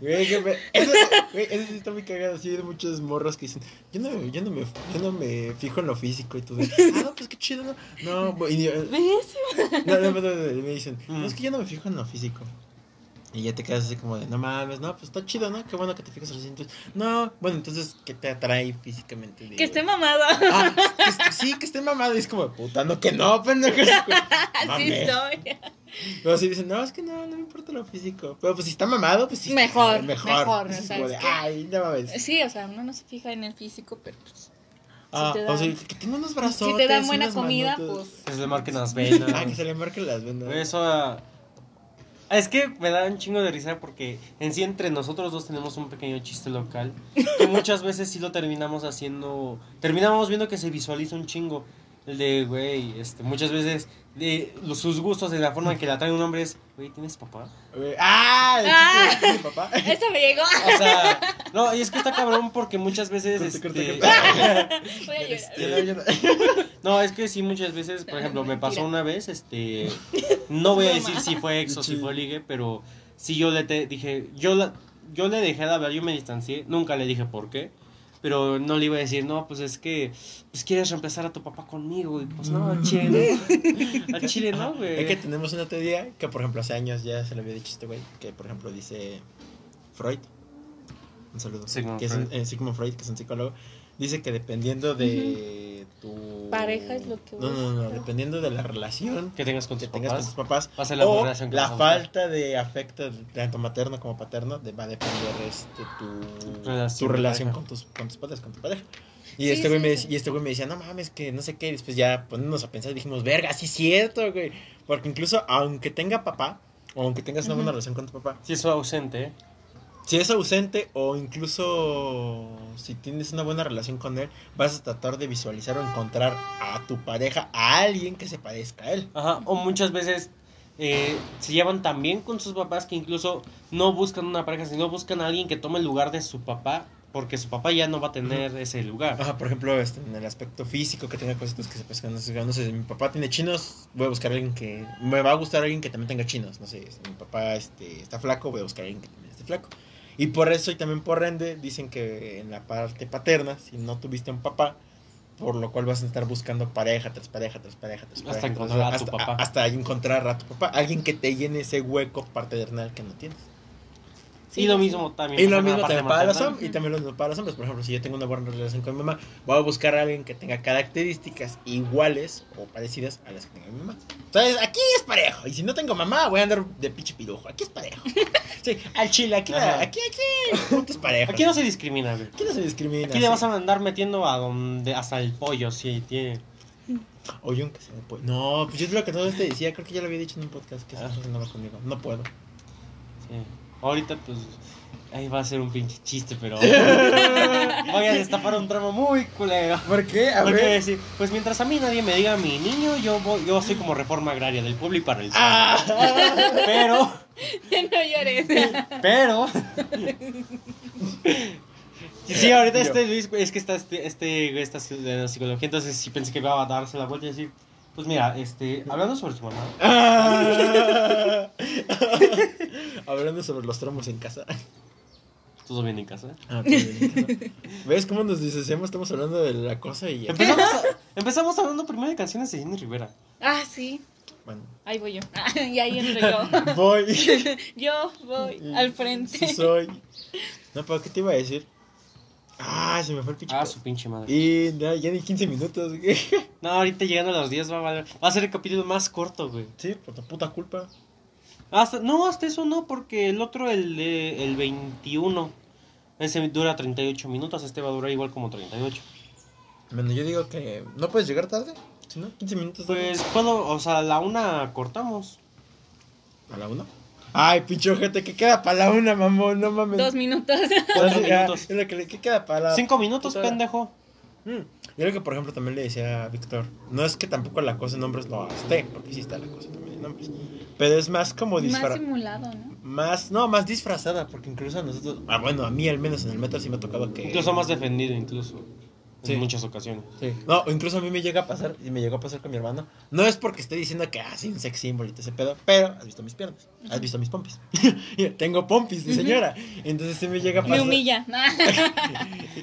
S2: Güey, qué pe- eso, güey, eso sí está muy cagado, así de muchos morros que dicen, yo no, yo no, me, yo no me fijo en lo físico y todo. Ah, no, pues qué chido, ¿no? No, güey, y yo-
S3: ¿Ves?
S2: no, no, no, no, no, me dicen,
S1: Mm.
S2: no, es que yo no me fijo en lo físico. Y ya te quedas así como de, no mames, no, pues está chido, ¿no? Qué bueno que te fijas en los dientes. No, bueno, entonces, ¿qué te atrae físicamente? de-
S3: Que esté mamado. *laughs*
S2: Ah, que est- sí, que esté mamado. Y es como, puta, no, que no, pendejo.
S3: Así
S2: Mame.
S3: soy.
S2: Pero si dicen, no, es que no, no me importa lo físico. Pero pues si está mamado, pues sí.
S3: Mejor,
S2: mejor. Pues,
S3: mejor,
S2: Es
S3: o sea,
S2: como de,
S3: es que-
S2: ay, no mames.
S3: Sí, o sea, uno no se fija en el físico, pero pues,
S2: Ah,
S3: te
S2: o
S3: dan-
S2: sea, que tenga unos brazos.
S3: si te dan buena comida, pues.
S1: Que se le marquen las
S2: Ah, que
S1: venas.
S2: se le marquen las venas.
S1: Eso. ah, Es que me da un chingo de risa porque en sí entre nosotros dos tenemos un pequeño chiste local que muchas veces sí lo terminamos haciendo, terminamos viendo que se visualiza un chingo. El de, güey, este, muchas veces de, los- sus gustos de la forma en que la trae un hombre es, güey, ¿tienes papá?
S2: Güey, Ah, el chiste de mi papá.
S3: Esa pues, me llegó. *laughs*
S1: O sea, no, y es que está cabrón porque muchas veces...
S2: Corte, corte,
S1: *laughs* este,
S2: corte.
S3: Voy a llorar.
S2: Yo no, yo no.
S1: No, es que sí, muchas veces, por ejemplo, me pasó
S3: Mentira.
S1: una vez, este, no voy a
S3: Broma.
S1: decir si fue ex o si
S2: Sí.
S1: fue ligue, pero sí yo le te- dije, yo, la- yo le dejé de hablar, yo me distancié, nunca le dije por qué, pero no le iba a decir, no, pues es que, pues quieres reemplazar a tu papá conmigo, y pues no, al chile, no, al chile no,
S2: Es que
S3: Eh.
S1: güey.
S2: tenemos una teoría que, por ejemplo, hace años ya se le había dicho a este güey, que, por ejemplo, dice Freud, un saludo,
S1: Sigmund
S2: que es un,
S1: Freud.
S2: eh, Sigmund Freud, que es un psicólogo, dice que dependiendo de tu...
S3: Pareja es lo que
S2: No, no, no,
S3: busca.
S2: dependiendo de la relación
S1: Que tengas con tus
S2: que tengas con
S1: papás,
S2: tus papás,
S1: va a ser la
S2: o
S1: relación que
S2: la
S1: vas a buscar.
S2: falta de afecto, tanto materno como paterno, de- va a depender este, tu
S1: Tu relación
S2: tu
S1: de
S2: relación
S1: pareja.
S2: con tus, con tus padres, con tu pareja. Y,
S3: Sí,
S2: este güey
S3: sí,
S2: me,
S3: sí.
S2: dec- y este güey me decía, no mames, que no sé qué. Y después ya poniéndonos a pensar, dijimos, verga, sí es cierto, güey. Porque incluso aunque tenga papá, o aunque tengas una buena
S3: Ujú.
S2: relación con tu papá,
S1: Si es ausente, ¿eh?
S2: si es ausente o incluso si tienes una buena relación con él, vas a tratar de visualizar o encontrar a tu pareja, a alguien que se parezca a él.
S1: Ajá, o muchas veces eh, se llevan tan bien con sus papás que incluso no buscan una pareja, sino buscan a alguien que tome el lugar de su papá, porque su papá ya no va a tener ese lugar.
S2: Ajá, por ejemplo, este, en el aspecto físico, que tenga cositas que se parezcan. No sé, no sé, si mi papá tiene chinos, voy a buscar a alguien que... Me va a gustar alguien que también tenga chinos. No sé, si mi papá este, está flaco, voy a buscar a alguien que también esté flaco. Y por eso, y también por ende, dicen que en la parte paterna, si no tuviste un papá, por lo cual vas a estar buscando pareja tras pareja tras pareja tras
S1: Hasta
S2: pareja.
S1: encontrar a tu
S2: hasta-
S1: papá.
S2: Hasta encontrar a tu papá. Alguien que te llene ese hueco paternal que no tienes.
S1: y lo mismo también.
S2: Y
S1: pasa
S2: lo
S1: en la
S2: mismo
S1: parte
S2: también para los
S1: maternal.
S2: hombres. Y también lo mismo para los hombres. Por ejemplo, si yo tengo una buena relación con mi mamá, voy a buscar a alguien que tenga características iguales o parecidas a las que tenga mi mamá. Entonces, aquí es parejo. Y si no tengo mamá, voy a andar de pinche pirujo. Aquí
S1: *laughs*
S2: es parejo. Sí, al chile, aquí, la-
S1: Ajá.
S2: aquí, aquí, punto es parejo.
S1: Aquí no se discrimina, güey.
S2: Aquí no se discrimina.
S1: Aquí le vas
S2: sí.
S1: a andar metiendo a donde hasta el pollo, si tiene.
S2: O yo aunque sea de pollo. No, pues yo es lo que todo te decía. Creo que ya lo había dicho en un podcast que se
S1: Ah.
S2: relacionaba conmigo. No puedo.
S1: sí. Ahorita, pues, ahí va a ser un pinche chiste, pero
S2: *laughs*
S1: voy a destapar un tramo muy culero.
S2: ¿Por qué? A
S1: Porque decir, pues mientras a mí nadie me diga mi niño, yo voy, yo soy como reforma agraria del pueblo y para el *laughs*
S2: Ah.
S1: Pero,
S3: *laughs* no llores. *laughs*
S1: pero. Sí, ahorita
S2: Yo.
S1: este Luis, es que está este, este güey está de la psicología, entonces sí pensé que iba a darse la vuelta y decir, pues mira, este, hablando sobre tu mamá,
S2: Ah. Hablando sobre los tramos en casa.
S1: todo bien en casa.
S2: Ah, todo bien. ¿Ves cómo nos deshacemos? Estamos hablando de la cosa y ya.
S1: Empezamos, a- empezamos hablando primero de canciones de Jenny Rivera.
S3: Ah, sí.
S2: Bueno,
S3: Ahí voy yo. *laughs* y ahí entro yo. *laughs*
S2: voy.
S3: Yo voy al frente.
S2: Mm, Sí soy. No, pero ¿qué te iba a decir? Ah, se me fue el pinche.
S1: Ah, su pinche madre.
S2: Y no, ya ni 15 minutos, güey.
S1: No, ahorita llegando a los 10 va a valer. Va a ser el capítulo más corto, güey.
S2: Sí, por tu puta culpa.
S1: Hasta, no, hasta eso no, porque el otro, el, de- el 21, ese dura 38 minutos, este va a durar igual como 38.
S2: Bueno, yo digo que no puedes llegar tarde. Si no, 15 minutos. tarde.
S1: Pues puedo, o sea, a la una
S2: *laughs*
S1: cortamos.
S2: ¿A la una? Ay, pinche ojete, ¿qué queda para la una, mamón? No mames.
S3: Dos minutos.
S1: Cuatro
S2: Ya,
S1: minutos.
S2: es lo que le- ¿Qué queda para la
S1: Cinco minutos,
S2: puta-
S1: pendejo.
S2: Mm, Yo creo que, por ejemplo, también le decía a Víctor, no es que tampoco la cosa en nombres no esté, porque sí está la cosa también en nombres, pero es más *laughs* como
S3: Más
S2: disfrazada.
S3: simulado, ¿no?
S2: Más, no, más disfrazada, porque incluso a nosotros, ah, bueno, a mí al menos en el metro sí me ha tocado que...
S1: Incluso más defendido, incluso.
S2: Sí.
S1: En muchas ocasiones.
S2: Sí. No, incluso a mí me llega a pasar, y me llegó a pasar con mi hermano, no es porque esté diciendo que, ah, sí, un sex symbol y todo ese pedo, pero has visto mis piernas, has visto mis pompis, *laughs* tengo pompis, mi
S3: Ujú.
S2: señora, entonces sí me llega a
S3: Me
S2: pasar...
S3: humilla. *laughs* Ah,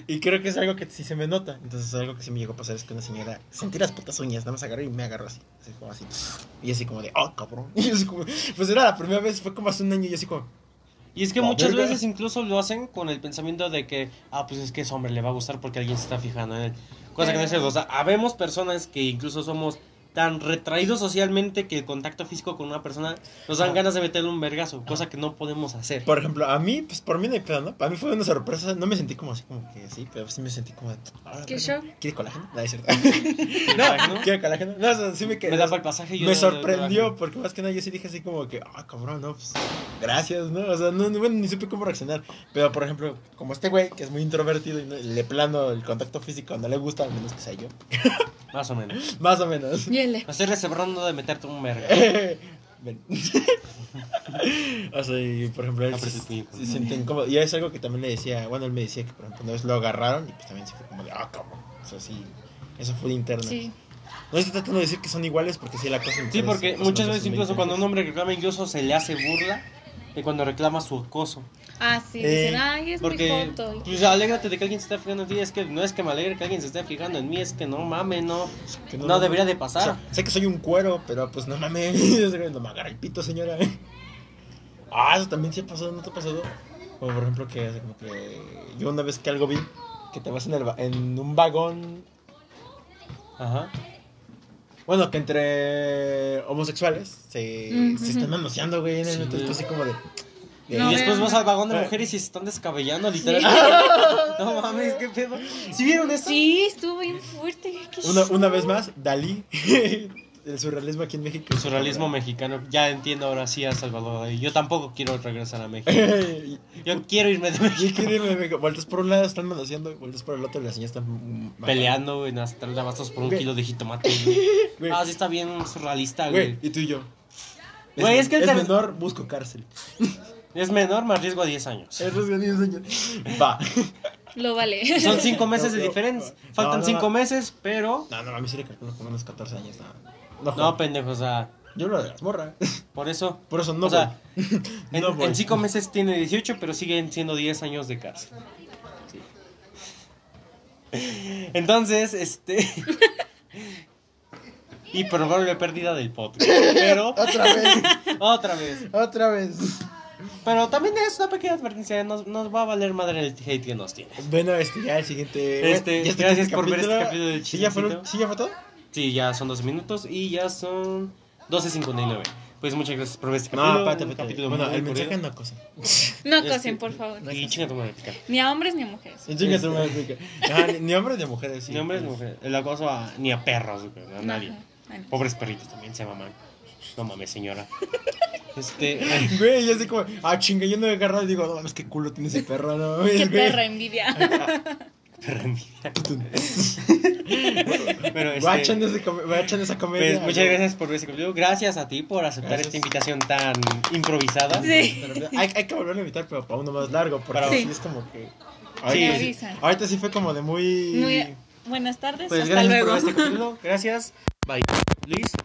S2: Y creo que es algo que sí se me nota. Entonces, algo que sí me llegó a pasar es que una señora sentí las putas uñas, nada más agarró y me agarró así. Así como así. Y así como de, oh, cabrón. *laughs* Y yo así como, pues era la primera vez, fue como hace un año y yo así como,
S1: Y es que
S2: La
S1: muchas
S2: verga.
S1: veces incluso lo hacen con el pensamiento de que, ah, pues es que ese hombre le va a gustar porque alguien se está fijando en él. Cosa que no es cierto. O sea, habemos personas que incluso somos tan retraídos socialmente que el contacto físico con una persona nos dan
S2: Ah.
S1: ganas de meterle un vergazo, cosa que no podemos hacer.
S2: por ejemplo, a mí, pues por mí no hay pedo, ¿no? Para mí fue una sorpresa, no me sentí como así como que así, pero sí me sentí como de, ah,
S3: ¿Qué
S2: verga,
S3: show?
S2: ¿Quiere colágeno? No, es cierto. *laughs* no, *laughs* ¿quiere colágeno? No, o sea, sí me quedé.
S1: Me da para el pasaje y yo
S2: me
S1: no-
S2: sorprendió porque más que nada yo sí dije así como que, ah, cabrón, no, pues gracias, ¿no? O sea, no, no, bueno, ni supe cómo reaccionar. Pero, por ejemplo, como este güey, que es muy introvertido y no- le plano el contacto físico, no le gusta, al menos que sea yo. *laughs*
S1: Más o menos.
S2: Más o menos. *laughs*
S3: Y él,
S1: Me estoy reservando de meterte un verga.
S2: Ven. *laughs* o sea, y por ejemplo, él
S1: Abre
S2: Ah, se,
S1: tu puño.
S2: se siente incómodo. Y es algo que también le decía, bueno, él me decía que, por ejemplo, una vez lo agarraron y pues también se fue como de, ah, cabrón. O sea, sí, eso fue de interno.
S3: sí.
S2: No estoy tratando de decir que son iguales porque sí la cosa
S1: Sí, pues,
S2: interna
S1: porque
S2: es más o
S1: muchas
S2: menos
S1: veces
S2: un
S1: incluso
S2: 20.
S1: cuando un hombre reclama incluso se le hace burla de cuando reclama su acoso.
S3: Ah, sí.
S2: Eh,
S3: Dicen, ay, es muy
S1: Porque,
S3: ¿eh? joto.
S1: pues, alégrate de que alguien se está fijando en ti. Es que no es que me alegre que alguien se esté fijando en mí, es que no mames, no.
S2: Que
S1: No, debería de pasar.
S2: O sea, sé que soy un cuero, pero pues no mames. *laughs* No me agarra el pito, señora. Ah, eso también se ha pasado, ¿no te ha pasado? O por ejemplo, que así como que yo una vez que algo vi, que te vas en, el va- en un vagón.
S1: Ajá.
S2: Bueno, que entre homosexuales se,
S3: Mm,
S2: se
S3: ujú.
S2: están anunciando, güey. En el
S1: Sí.
S2: metro, entonces, así como de. de-
S3: No,
S1: y después
S3: vean.
S1: vas al vagón de
S2: Ah.
S1: mujeres y se están descabellando,
S3: *laughs*
S1: literalmente. No mames, qué pedo. ¿Sí vieron eso?
S3: Sí, estuvo bien fuerte. qué
S2: una,
S3: show.
S2: una vez más, Dalí. *laughs* el surrealismo aquí en México.
S1: El
S2: *laughs*
S1: surrealismo mexicano. Ya entiendo ahora sí a Salvador Dalí. Yo tampoco quiero regresar a *laughs* México.
S2: mexicano.
S1: Yo quiero irme de
S2: Y
S1: México.
S2: que me vueltas por un lado están manoseando, y vueltas por el otro y las niñas están mm, matando.
S1: Peleando en hasta el abastos por un
S2: Güey.
S1: kilo de jitomate. güey.
S2: Güey,
S1: Ah, sí está bien surrealista,
S2: güey,
S1: güey.
S2: y tú y yo.
S1: Güey, es que el ter-
S2: menor,
S1: *laughs*
S2: busco cárcel.
S1: Es menor, más riesgo a 10 años.
S2: Es riesgo de señor. Va. *laughs*
S3: Lo vale.
S1: Son 5 meses de
S2: No, no,
S1: diferencia.
S2: no,
S1: Faltan
S2: no,
S1: 5
S2: no.
S1: meses, pero.
S2: No, no, a mí sí le calculo como unos 14 años. No, no,
S1: No,
S2: joder.
S1: pendejo, o sea,
S2: Yo lo de las morras.
S1: por eso.
S2: Por eso no.
S1: o sea,
S2: voy.
S1: en,
S2: No voy.
S1: 5 meses tiene 18, pero siguen siendo 10 años de cárcel. Sí. *laughs* Entonces, este. *laughs* y probable pérdida del podcast. Pero,
S2: Otra vez,
S1: otra vez.
S2: otra vez.
S1: Pero también es una pequeña advertencia: nos, nos va a valer madre el hate que nos tiene.
S2: Bueno, este, ya el siguiente.
S1: Este,
S2: ya está
S1: gracias
S2: aquí el
S1: por ver este capítulo del
S2: ¿Sí ya, fue,
S1: chismecito.
S2: ¿Sí ya fue todo?
S1: Sí, ya son 12 minutos y ya son 12.59. Pues muchas gracias por ver este capítulo.
S2: No, espérate,
S1: un
S2: espérate.
S1: capítulo
S2: Bueno,
S1: muy
S2: el mensaje
S1: corrido.
S2: no cosa.
S3: No
S1: Este-
S3: cosen, por favor.
S2: no.
S1: Y chinga tu madre, pica.
S3: Ni a hombres ni a mujeres.
S2: Chinga tu madre, pica. Ah, ni- Ni hombres ni mujeres. sí.
S1: Este- Ni hombres ni mujeres. El acoso a- ni a perros, güey, a nadie.
S3: Ajá, ajá.
S1: Pobres perritos también se maman. No mames,
S2: *laughs*
S1: señora. Este. *laughs*
S2: Güey, yo así como, ah, chinga, yo no he agarrado y digo, no mames, qué culo tiene ese perro, no mames, *laughs*
S3: Qué
S2: güey.
S3: perra envidia.
S1: Pero
S2: Va
S1: este.
S2: echando, ese come- va echando esa comedia.
S1: Pues muchas gracias por ver este capítulo. Gracias a ti por aceptar
S2: Gracias.
S1: esta invitación tan improvisada.
S3: Sí.
S2: Hay, hay que volverlo a invitar, pero para uno más largo, porque
S1: Para-
S2: sí.
S3: Sí.
S2: es como que.
S1: Sí.
S2: Ahorita, sí,
S3: Avisa.
S2: ahorita sí fue como de muy.
S3: Muy- Buenas tardes.
S1: Pues
S3: hasta
S1: gracias por
S3: luego.
S1: ver este capítulo. Gracias. Bye. Luis.